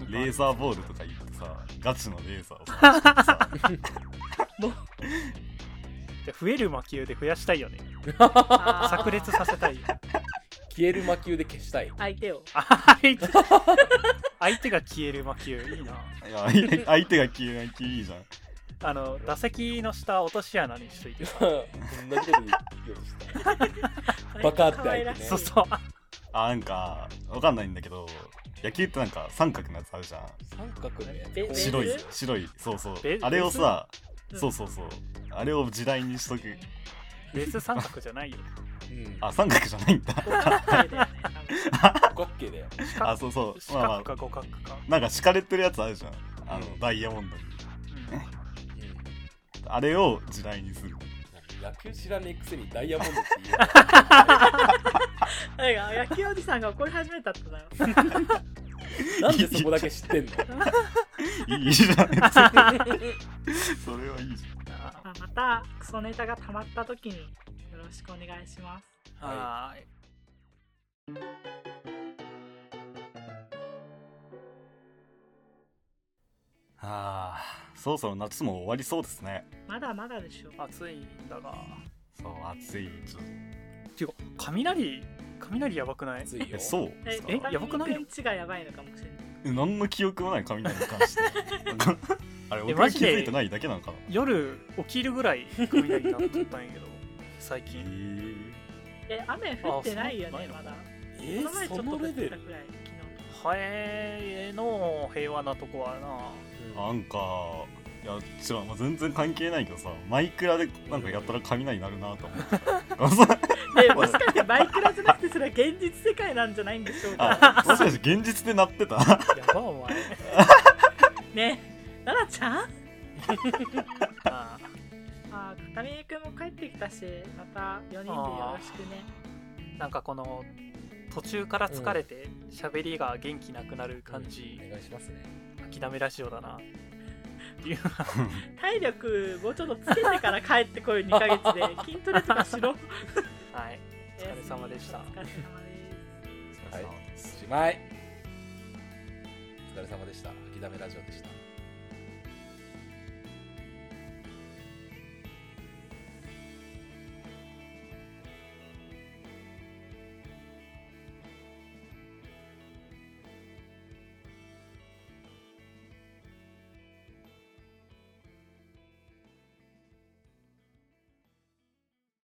Speaker 4: 何
Speaker 1: レーザーボールとか言ってさガチのレーザーをささ
Speaker 4: じゃあ増える魔球で増やしたいよね
Speaker 3: あー
Speaker 4: 炸裂させ たいよ
Speaker 2: 消える魔球で消したい
Speaker 3: 相手を
Speaker 4: あ相手相手が消える魔球いいない
Speaker 1: や相手相手が消えないきりいいじゃん
Speaker 4: あの打席の下落とし穴にしと いてさ
Speaker 2: 同じこと言おうとしたバカって相手ね
Speaker 3: 可愛らしい
Speaker 4: そうそう
Speaker 1: あなんかわかんないんだけど野球ってなんか三角のやつあるじゃん
Speaker 2: 三角ね
Speaker 3: ベベース
Speaker 1: 白い白いそうそう
Speaker 4: ベ
Speaker 1: あれをさ
Speaker 3: ベース
Speaker 1: そうそうそうあれを地雷にしとく
Speaker 4: ベース三角じゃないよ
Speaker 2: うん
Speaker 1: あ三角じゃないんだ
Speaker 3: 相手だよね多分
Speaker 2: 五角形だよ
Speaker 4: 四角
Speaker 1: あそうそう
Speaker 4: 四
Speaker 1: まあま
Speaker 4: 角
Speaker 1: あ
Speaker 4: か五角か、
Speaker 1: なんか敷かれてるやつあるじゃんあの、
Speaker 2: うん
Speaker 1: ダイヤモンドに
Speaker 4: う
Speaker 2: う
Speaker 4: ん
Speaker 2: ん
Speaker 1: あれを地雷にする
Speaker 2: 野球知らねえくせにダイヤモンドって言
Speaker 3: なんか野球おじさんが怒り始めたってだよ。
Speaker 2: うなんでそこだけ知ってんの
Speaker 1: いいじゃんそれはいいじ
Speaker 4: あ
Speaker 3: またクソネタが溜まった時によろしくお願いします。
Speaker 4: ーはーい
Speaker 1: ゃんはあそろそろ夏も終わりそうですね
Speaker 3: まだまだでしょ。
Speaker 4: 暑いんだが
Speaker 1: そう暑いちょっと
Speaker 4: ていうか雷雷やばくない
Speaker 2: 熱い
Speaker 1: え
Speaker 2: よ
Speaker 1: そうで
Speaker 3: え
Speaker 1: すか
Speaker 4: えやばくない
Speaker 3: ペンチがやばいのかもしれない。
Speaker 1: え何の記憶もない雷に関してあれ
Speaker 4: え
Speaker 1: 俺
Speaker 4: マ
Speaker 1: が
Speaker 4: ジ
Speaker 1: 気
Speaker 4: で
Speaker 1: づいてないだけなのかな
Speaker 4: 夜起きるぐらい雷になっとったんや けど最
Speaker 1: え
Speaker 4: 近
Speaker 3: え、雨降ってないよ
Speaker 4: あそう
Speaker 3: ね
Speaker 4: な、
Speaker 3: ま
Speaker 4: んだ
Speaker 3: だ。
Speaker 2: え
Speaker 3: この前ちょっ
Speaker 2: そ
Speaker 3: と
Speaker 2: の
Speaker 3: 降っ
Speaker 2: レベ
Speaker 3: てた
Speaker 2: ル
Speaker 3: くらい、昨日。
Speaker 4: はえーの平和なとこ はな
Speaker 1: なんかいや違う、まあ、全然関係ないけどさマイクラでなんかやったら雷鳴るなと思ってた
Speaker 3: で、もしかしてバイクラじゃなくて、それは現実世界なんじゃないんでしょう か。
Speaker 1: あもしかして現実で鳴ってた
Speaker 4: やばお前
Speaker 3: ねえ、奈々ちゃん
Speaker 4: あ
Speaker 3: あー、片見くんも帰ってきたし、また4人でよろしくね。
Speaker 4: ーなんかこの途中から疲れて喋りが元気なくなる感じ
Speaker 2: お願いしますね
Speaker 4: 諦めラジオだなっていう
Speaker 3: 体力もうちょっとつけてから帰ってこい2ヶ月で、筋トレとか しろ。
Speaker 4: はいお疲れ様でした
Speaker 3: お疲れ様です。
Speaker 2: はいおしまいお疲れ様でした。諦めラジオでした。